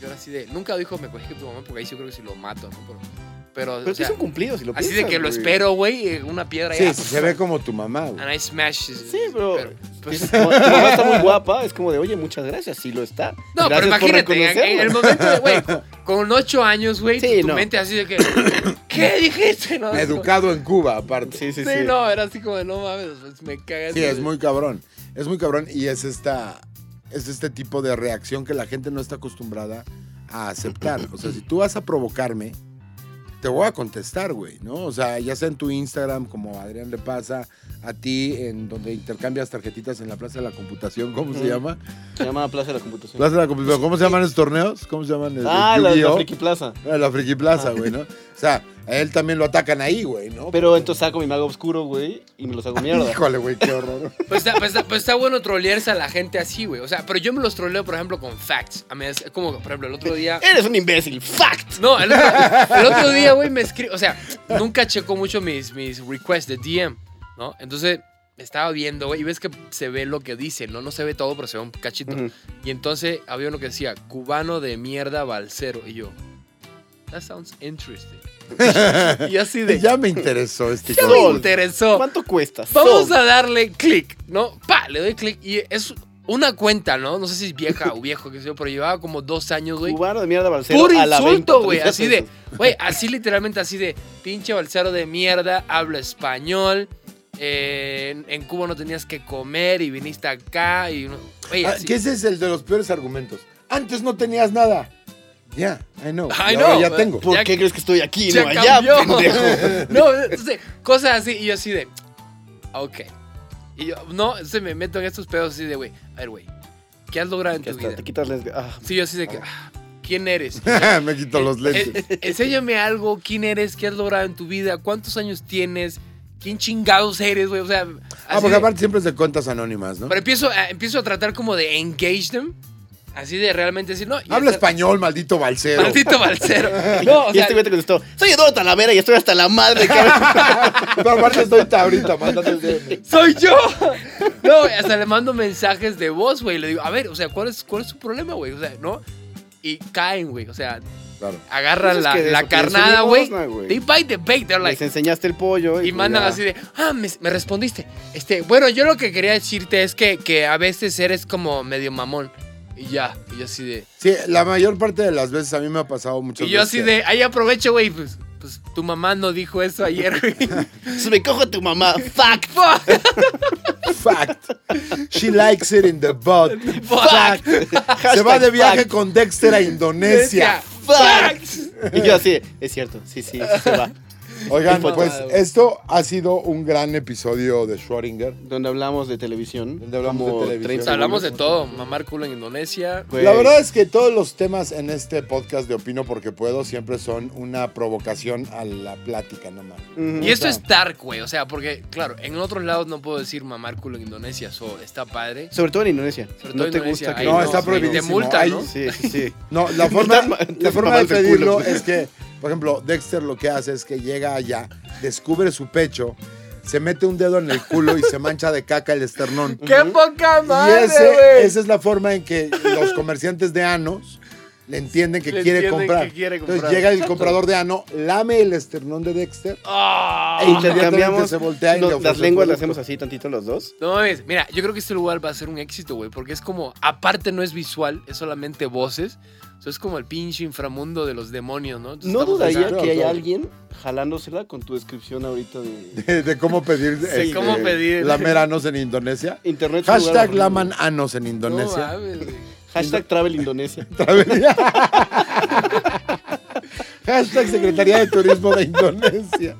Speaker 3: Yo era así de, nunca dijo, me cogí que tu mamá, porque ahí sí yo creo que sí lo mato, ¿no? Pero, pero,
Speaker 2: Pero
Speaker 3: o
Speaker 2: es que
Speaker 3: sea,
Speaker 2: es un cumplido, si lo
Speaker 3: así de
Speaker 2: piensas,
Speaker 3: que lo
Speaker 2: güey.
Speaker 3: espero, güey, eh, una piedra
Speaker 1: Sí,
Speaker 3: ya,
Speaker 1: sí, se ve como tu mamá, güey.
Speaker 3: And I smash.
Speaker 2: Sí, pero-
Speaker 3: pues,
Speaker 2: Tu mamá está muy guapa. Es como de, oye, muchas gracias. Sí lo está.
Speaker 3: no, pero
Speaker 2: Gracias por
Speaker 3: imagínate, en, en el
Speaker 2: reconocerlo.
Speaker 3: momento de, güey, con- con ocho años, güey,
Speaker 2: Sí,
Speaker 3: tu
Speaker 2: no.
Speaker 3: mente así de que, ¿qué dijiste? No,
Speaker 1: Educado en Cuba, aparte.
Speaker 2: Sí, sí,
Speaker 3: Sí,
Speaker 2: sí.
Speaker 3: no, era así como de, no mames, pues, me cagas.
Speaker 1: Sí, es muy cabrón. Es muy cabrón y es esta es este tipo de reacción que la gente no está acostumbrada a aceptar. O sea, si tú vas a provocarme, te voy a contestar, güey, ¿no? O sea, ya sea en tu Instagram, como a Adrián le pasa, a ti, en donde intercambias tarjetitas en la Plaza de la Computación, ¿cómo se
Speaker 2: Mm.
Speaker 1: llama?
Speaker 2: Se llama Plaza de la Computación.
Speaker 1: Plaza de la Computación, ¿cómo se llaman esos torneos? ¿Cómo se llaman? El- el
Speaker 2: Ah, la, la
Speaker 1: Yu-Gi-Oh?
Speaker 2: Friki Plaza.
Speaker 1: Ah, La Friki Plaza, güey, ¿no? O sea, A él también lo atacan ahí, güey, ¿no?
Speaker 2: Pero entonces saco mi mago oscuro, güey, y me los hago mierda.
Speaker 1: Híjole, güey, qué horror.
Speaker 3: Pues está, pues está- pues está bueno trolearse a la gente así, güey. O sea, pero yo me los troleo, por ejemplo, con facts. A mí es como, por ejemplo, el otro día.
Speaker 2: Eres un imbécil, fact.
Speaker 3: No, el otro, el otro día, güey, me escribió. O sea, nunca checo mucho mis, mis requests de DM, ¿no? Entonces estaba viendo, güey, y ves que se ve lo que dice, ¿no? No se ve todo, pero se ve un cachito.
Speaker 2: Ujú.
Speaker 3: Y entonces había uno que decía, cubano de mierda balsero. Y yo, that sounds interesting. y así de, ya
Speaker 1: Ya me interesó este
Speaker 3: me
Speaker 2: Sol.
Speaker 3: interesó.
Speaker 2: ¿Cuánto cuesta?
Speaker 3: Vamos
Speaker 2: Sol.
Speaker 3: a darle clic, ¿no? Pa, le doy clic y es una cuenta, ¿no? No sé si es vieja o viejo, que sé yo, pero llevaba como dos años, güey.
Speaker 2: Cubano de mierda, Balcero.
Speaker 3: Puro
Speaker 2: a la
Speaker 3: insulto,
Speaker 2: 20,
Speaker 3: güey. Así de,
Speaker 2: pesos.
Speaker 3: güey, así literalmente, así de, pinche balsero de mierda, habla español. eh, en, en Cuba no tenías que comer y viniste acá y... no- Güey,
Speaker 1: Ah,
Speaker 3: así.
Speaker 1: que ese es el de los peores argumentos. Antes no tenías nada. Ya, I know.
Speaker 3: I
Speaker 1: Y ahora
Speaker 3: know,
Speaker 1: Ya
Speaker 3: man.
Speaker 1: tengo.
Speaker 2: ¿Por
Speaker 3: Ya-
Speaker 2: qué crees que estoy aquí?
Speaker 3: Se
Speaker 2: No, allá,
Speaker 3: cambió.
Speaker 2: pendejo.
Speaker 3: No, entonces, cosas así. Y yo así de, ok. Y yo, no, entonces me meto en estos pedos así de, güey, a ver, güey, ¿qué has logrado en
Speaker 2: Que
Speaker 3: tu
Speaker 2: hasta
Speaker 3: vida?
Speaker 2: te quitas las... ah,
Speaker 3: Sí, yo así de que, ah, ¿quién eres?
Speaker 1: me quito los lentes.
Speaker 3: Eh, eh, enséñame algo, quién eres, qué has logrado en tu vida, cuántos años tienes, quién chingados eres, güey, o sea...
Speaker 1: Ah,
Speaker 3: así
Speaker 1: porque
Speaker 3: de-
Speaker 1: aparte siempre es de cuentas anónimas, ¿no?
Speaker 3: pero empiezo a, empiezo a tratar como de engage them, así de realmente decir, no... y
Speaker 1: Habla
Speaker 3: hasta-
Speaker 1: español, maldito balsero.
Speaker 3: Maldito balcero. No, o
Speaker 2: y
Speaker 3: sea,
Speaker 2: este güey te contestó, soy Eduardo Talavera y estoy hasta la madre. cabrón".
Speaker 1: No, aparte estoy ahorita mandando el DM.
Speaker 3: ¡Soy yo! No, güey, hasta le mando mensajes de voz, güey. Le digo, a ver, o sea, ¿cuál es, cuál es su problema, güey? O sea, ¿no? Y caen, güey. O sea,
Speaker 1: Claro.
Speaker 3: agarran
Speaker 2: Pues es
Speaker 3: la,
Speaker 2: que de
Speaker 3: la
Speaker 2: eso piden
Speaker 3: carnada,
Speaker 2: su
Speaker 3: güey.
Speaker 2: limosna, güey.
Speaker 3: They bite the bait. They're
Speaker 2: Les
Speaker 3: like,
Speaker 2: enseñaste el pollo.
Speaker 3: y
Speaker 2: pues
Speaker 3: mandan
Speaker 2: ya.
Speaker 3: así de, ah, me, me respondiste. Este, bueno, yo lo que quería decirte es que, que a veces eres como medio mamón. Y ya, y yo así de...
Speaker 1: Sí, la mayor parte de las veces a mí me ha pasado muchas
Speaker 3: Y yo
Speaker 1: veces
Speaker 3: así
Speaker 1: que-
Speaker 3: de, ahí aprovecho, güey, pues... Pues tu mamá no dijo eso ayer, güey.
Speaker 2: Se "Pues me cojo a tu mamá, fact.
Speaker 1: Fact. She likes it in the butt. Fact. Se va de viaje
Speaker 2: fact.
Speaker 1: con Dexter a Indonesia.
Speaker 3: Facts.
Speaker 2: Y yo así, de, es cierto, sí, sí, sí se va.
Speaker 1: Oigan,
Speaker 2: Qué
Speaker 1: pues
Speaker 3: patada, güey.
Speaker 1: esto ha sido un gran episodio de Schrödinger.
Speaker 2: Donde hablamos de televisión.
Speaker 1: Donde hablamos
Speaker 2: como
Speaker 1: de televisión.
Speaker 2: 30
Speaker 3: Hablamos de todo. Mamar culo en Indonesia.
Speaker 2: Güey.
Speaker 1: La verdad es que todos los temas en este podcast de Opino Porque Puedo siempre son una provocación a la plática, nomás.
Speaker 2: Ujú.
Speaker 3: Y esto es dark, güey. O sea, porque, claro, en otros lados no puedo decir mamar culo en Indonesia. So, está padre.
Speaker 2: Sobre todo en Indonesia.
Speaker 3: Sobre
Speaker 2: no
Speaker 3: todo en
Speaker 2: te
Speaker 3: Indonesia,
Speaker 2: gusta que.
Speaker 3: ahí
Speaker 1: No, está
Speaker 3: sí,
Speaker 1: prohibidísimo.
Speaker 3: Te multan,
Speaker 1: Ahí
Speaker 3: ¿no?
Speaker 2: Sí, sí, sí.
Speaker 1: No, la forma,
Speaker 2: Estás ma-
Speaker 1: la
Speaker 2: estás
Speaker 1: forma de
Speaker 2: mamando el culo.
Speaker 1: pedirlo es que, por ejemplo, Dexter lo que hace es que llega allá, descubre su pecho, se mete un dedo en el culo y se mancha de caca el esternón.
Speaker 3: ¡Qué poca
Speaker 1: Y
Speaker 3: madre,
Speaker 1: ese-
Speaker 3: güey!
Speaker 1: esa es la forma en que los comerciantes de anos le entienden que,
Speaker 3: Le
Speaker 1: quiere,
Speaker 3: entienden
Speaker 1: comprar.
Speaker 3: que quiere comprar.
Speaker 1: Entonces llega el comprador de ano, lame el esternón de Dexter
Speaker 3: Ah.
Speaker 1: e
Speaker 2: Intercambiamos.
Speaker 1: inmediatamente se voltea y
Speaker 2: lo-
Speaker 1: le ofrece
Speaker 2: las
Speaker 1: el
Speaker 2: lenguas las
Speaker 1: producto.
Speaker 2: hacemos así tantito los dos.
Speaker 3: No mames, mira, yo creo que este lugar va a ser un éxito, güey, porque es como, aparte no es visual, es solamente voces, eso es como el pinche inframundo de los demonios, ¿no? Entonces
Speaker 2: No
Speaker 3: estamos
Speaker 2: dudaría
Speaker 3: acá.
Speaker 2: que
Speaker 1: claro.
Speaker 2: haya alguien jalándosela con tu descripción ahorita de.
Speaker 1: De, de cómo pedir, este,
Speaker 3: cómo pedir.
Speaker 1: lamer anos en Indonesia.
Speaker 2: Internet. es un lugar
Speaker 1: Hashtag
Speaker 2: horrible.
Speaker 1: laman anos en
Speaker 3: No ah.
Speaker 1: Indonesia.
Speaker 3: mames, güey.
Speaker 2: Hashtag Travel Indonesia.
Speaker 1: Hashtag Secretaría de Turismo de Indonesia.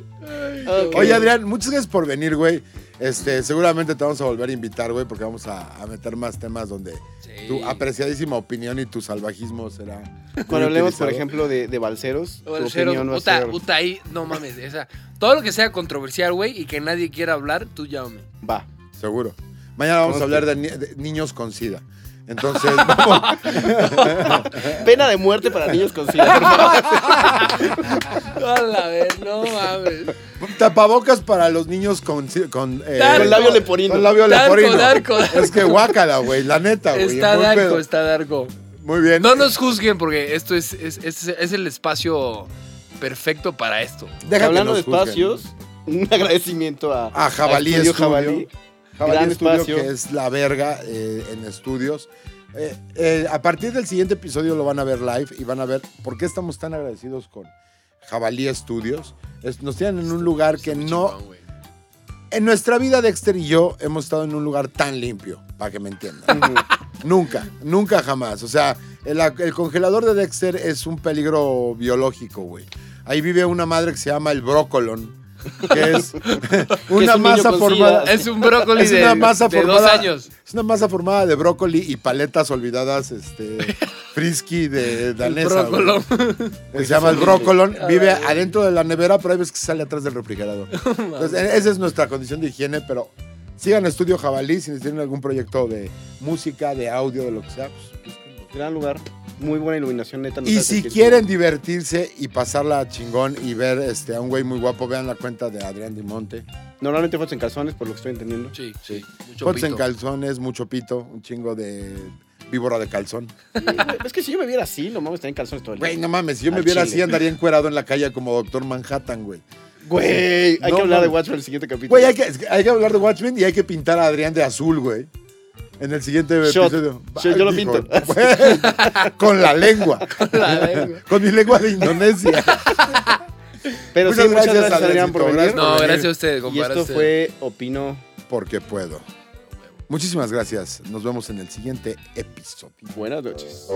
Speaker 2: Ok.
Speaker 1: Oye, Adrián, muchas gracias por venir, güey. Este, seguramente te vamos a volver a invitar, güey, porque vamos a, a meter más temas donde
Speaker 3: Sí.
Speaker 1: tu apreciadísima opinión y tu salvajismo será. muy
Speaker 2: Cuando hablemos, por
Speaker 1: utilizado.
Speaker 2: ejemplo, de, de balseros, tu
Speaker 3: Balseros,
Speaker 2: opinión va a
Speaker 3: puta,
Speaker 2: ser-
Speaker 3: puta, ahí, no mames, esa, todo lo que sea controversial, güey, y que nadie quiera hablar, tú llámame.
Speaker 2: Va.
Speaker 1: Seguro. Mañana vamos a
Speaker 2: Conste.
Speaker 1: hablar de, ni- de niños con SIDA. Entonces, vamos,
Speaker 2: Pena de muerte para niños con SIDA, hermano.
Speaker 3: A la vez, no mames.
Speaker 1: tapabocas para los niños con. si- con eh,
Speaker 3: Darko.
Speaker 2: Con labio leporino.
Speaker 1: con labio
Speaker 3: Darko,
Speaker 1: leporino.
Speaker 3: darko, darko.
Speaker 1: Es que guácala, güey, la neta, Ah, güey.
Speaker 3: Está
Speaker 1: muy
Speaker 3: darco,
Speaker 1: pedo.
Speaker 3: está darco.
Speaker 1: Muy bien.
Speaker 3: No nos juzguen porque esto es, es, es- es el espacio perfecto para esto.
Speaker 1: Déjate
Speaker 2: Hablando de
Speaker 1: nos juzguen.
Speaker 2: espacios, un agradecimiento a,
Speaker 1: A Jabalí
Speaker 2: a Estudio
Speaker 1: Estudio.
Speaker 2: Jabalí.
Speaker 1: Jabalí
Speaker 2: Gran
Speaker 1: Estudio,
Speaker 2: espacio.
Speaker 1: que es la verga eh, en estudios. Eh, eh, a partir del siguiente episodio lo van a ver live y van a ver por qué estamos tan agradecidos con Jabalí Estudios. Es- nos tienen en un lugar que no...
Speaker 3: Chingón, güey.
Speaker 1: En nuestra vida, Dexter y yo hemos estado en un lugar tan limpio, para que me entiendan. nunca, nunca jamás. O sea, el, ac- el congelador de Dexter es un peligro biológico, güey. Ahí vive una madre que se llama el brócolon, que es
Speaker 2: niño
Speaker 1: una masa
Speaker 2: con
Speaker 1: formada...
Speaker 2: sida.
Speaker 3: Es un brócoli
Speaker 1: Es
Speaker 3: de,
Speaker 1: una masa
Speaker 3: de dos
Speaker 1: formada-
Speaker 3: años.
Speaker 1: Es una masa formada de brócoli y paletas olvidadas este, frisky de danesa. güey.
Speaker 3: Brócolo.
Speaker 2: Pues
Speaker 1: Que se llama el brócolón. Vive adentro de la nevera, pero hay veces que sale atrás del refrigerador. Entonces, e- esa es nuestra condición de higiene, pero sigan Estudio Jabalí si tienen algún proyecto de música, de audio, de lo que sea. pues, búsquenlo.
Speaker 2: Gran lugar. Muy buena iluminación, neta. no
Speaker 1: y
Speaker 2: sabes
Speaker 1: si
Speaker 2: qué-
Speaker 1: quieren divertirse y pasarla chingón y ver este, a un güey muy guapo, vean la cuenta de Adrián Dimonte.
Speaker 2: Normalmente fotos en calzones, por lo que estoy entendiendo.
Speaker 3: Sí, sí. Mucho
Speaker 1: Ponte en
Speaker 3: pito.
Speaker 1: calzones, mucho pito, un chingo de víbora de calzón.
Speaker 2: es que si yo me viera así, no mames, estaría en calzones todo el
Speaker 1: Güey,
Speaker 2: día.
Speaker 1: no mames, si yo me
Speaker 2: Al
Speaker 1: viera
Speaker 2: chile.
Speaker 1: así andaría encuerado en la calle como Doctor Manhattan, güey.
Speaker 2: Güey, hay
Speaker 1: No
Speaker 2: que hablar de
Speaker 1: mames.
Speaker 2: Watchmen en el siguiente capítulo.
Speaker 1: Güey, hay que, hay que hablar de Watchmen y hay que pintar a Adrián de azul, güey. En el siguiente
Speaker 2: Shot.
Speaker 1: episodio.
Speaker 2: Shot, yo lo
Speaker 1: Digo,
Speaker 2: pinto.
Speaker 1: güey, con la lengua.
Speaker 3: La verga.
Speaker 1: Con mi lengua de Indonesia.
Speaker 2: Pero
Speaker 1: Muchas gracias,
Speaker 2: sí, muchas gracias, Adrián,
Speaker 1: Adriancito,
Speaker 2: por venir.
Speaker 1: gracias.
Speaker 3: No, gracias a ustedes,
Speaker 2: y
Speaker 3: compadre.
Speaker 2: esto fue Opino.
Speaker 1: Porque puedo. Muchísimas gracias. Nos vemos en el siguiente episodio.
Speaker 2: Buenas noches.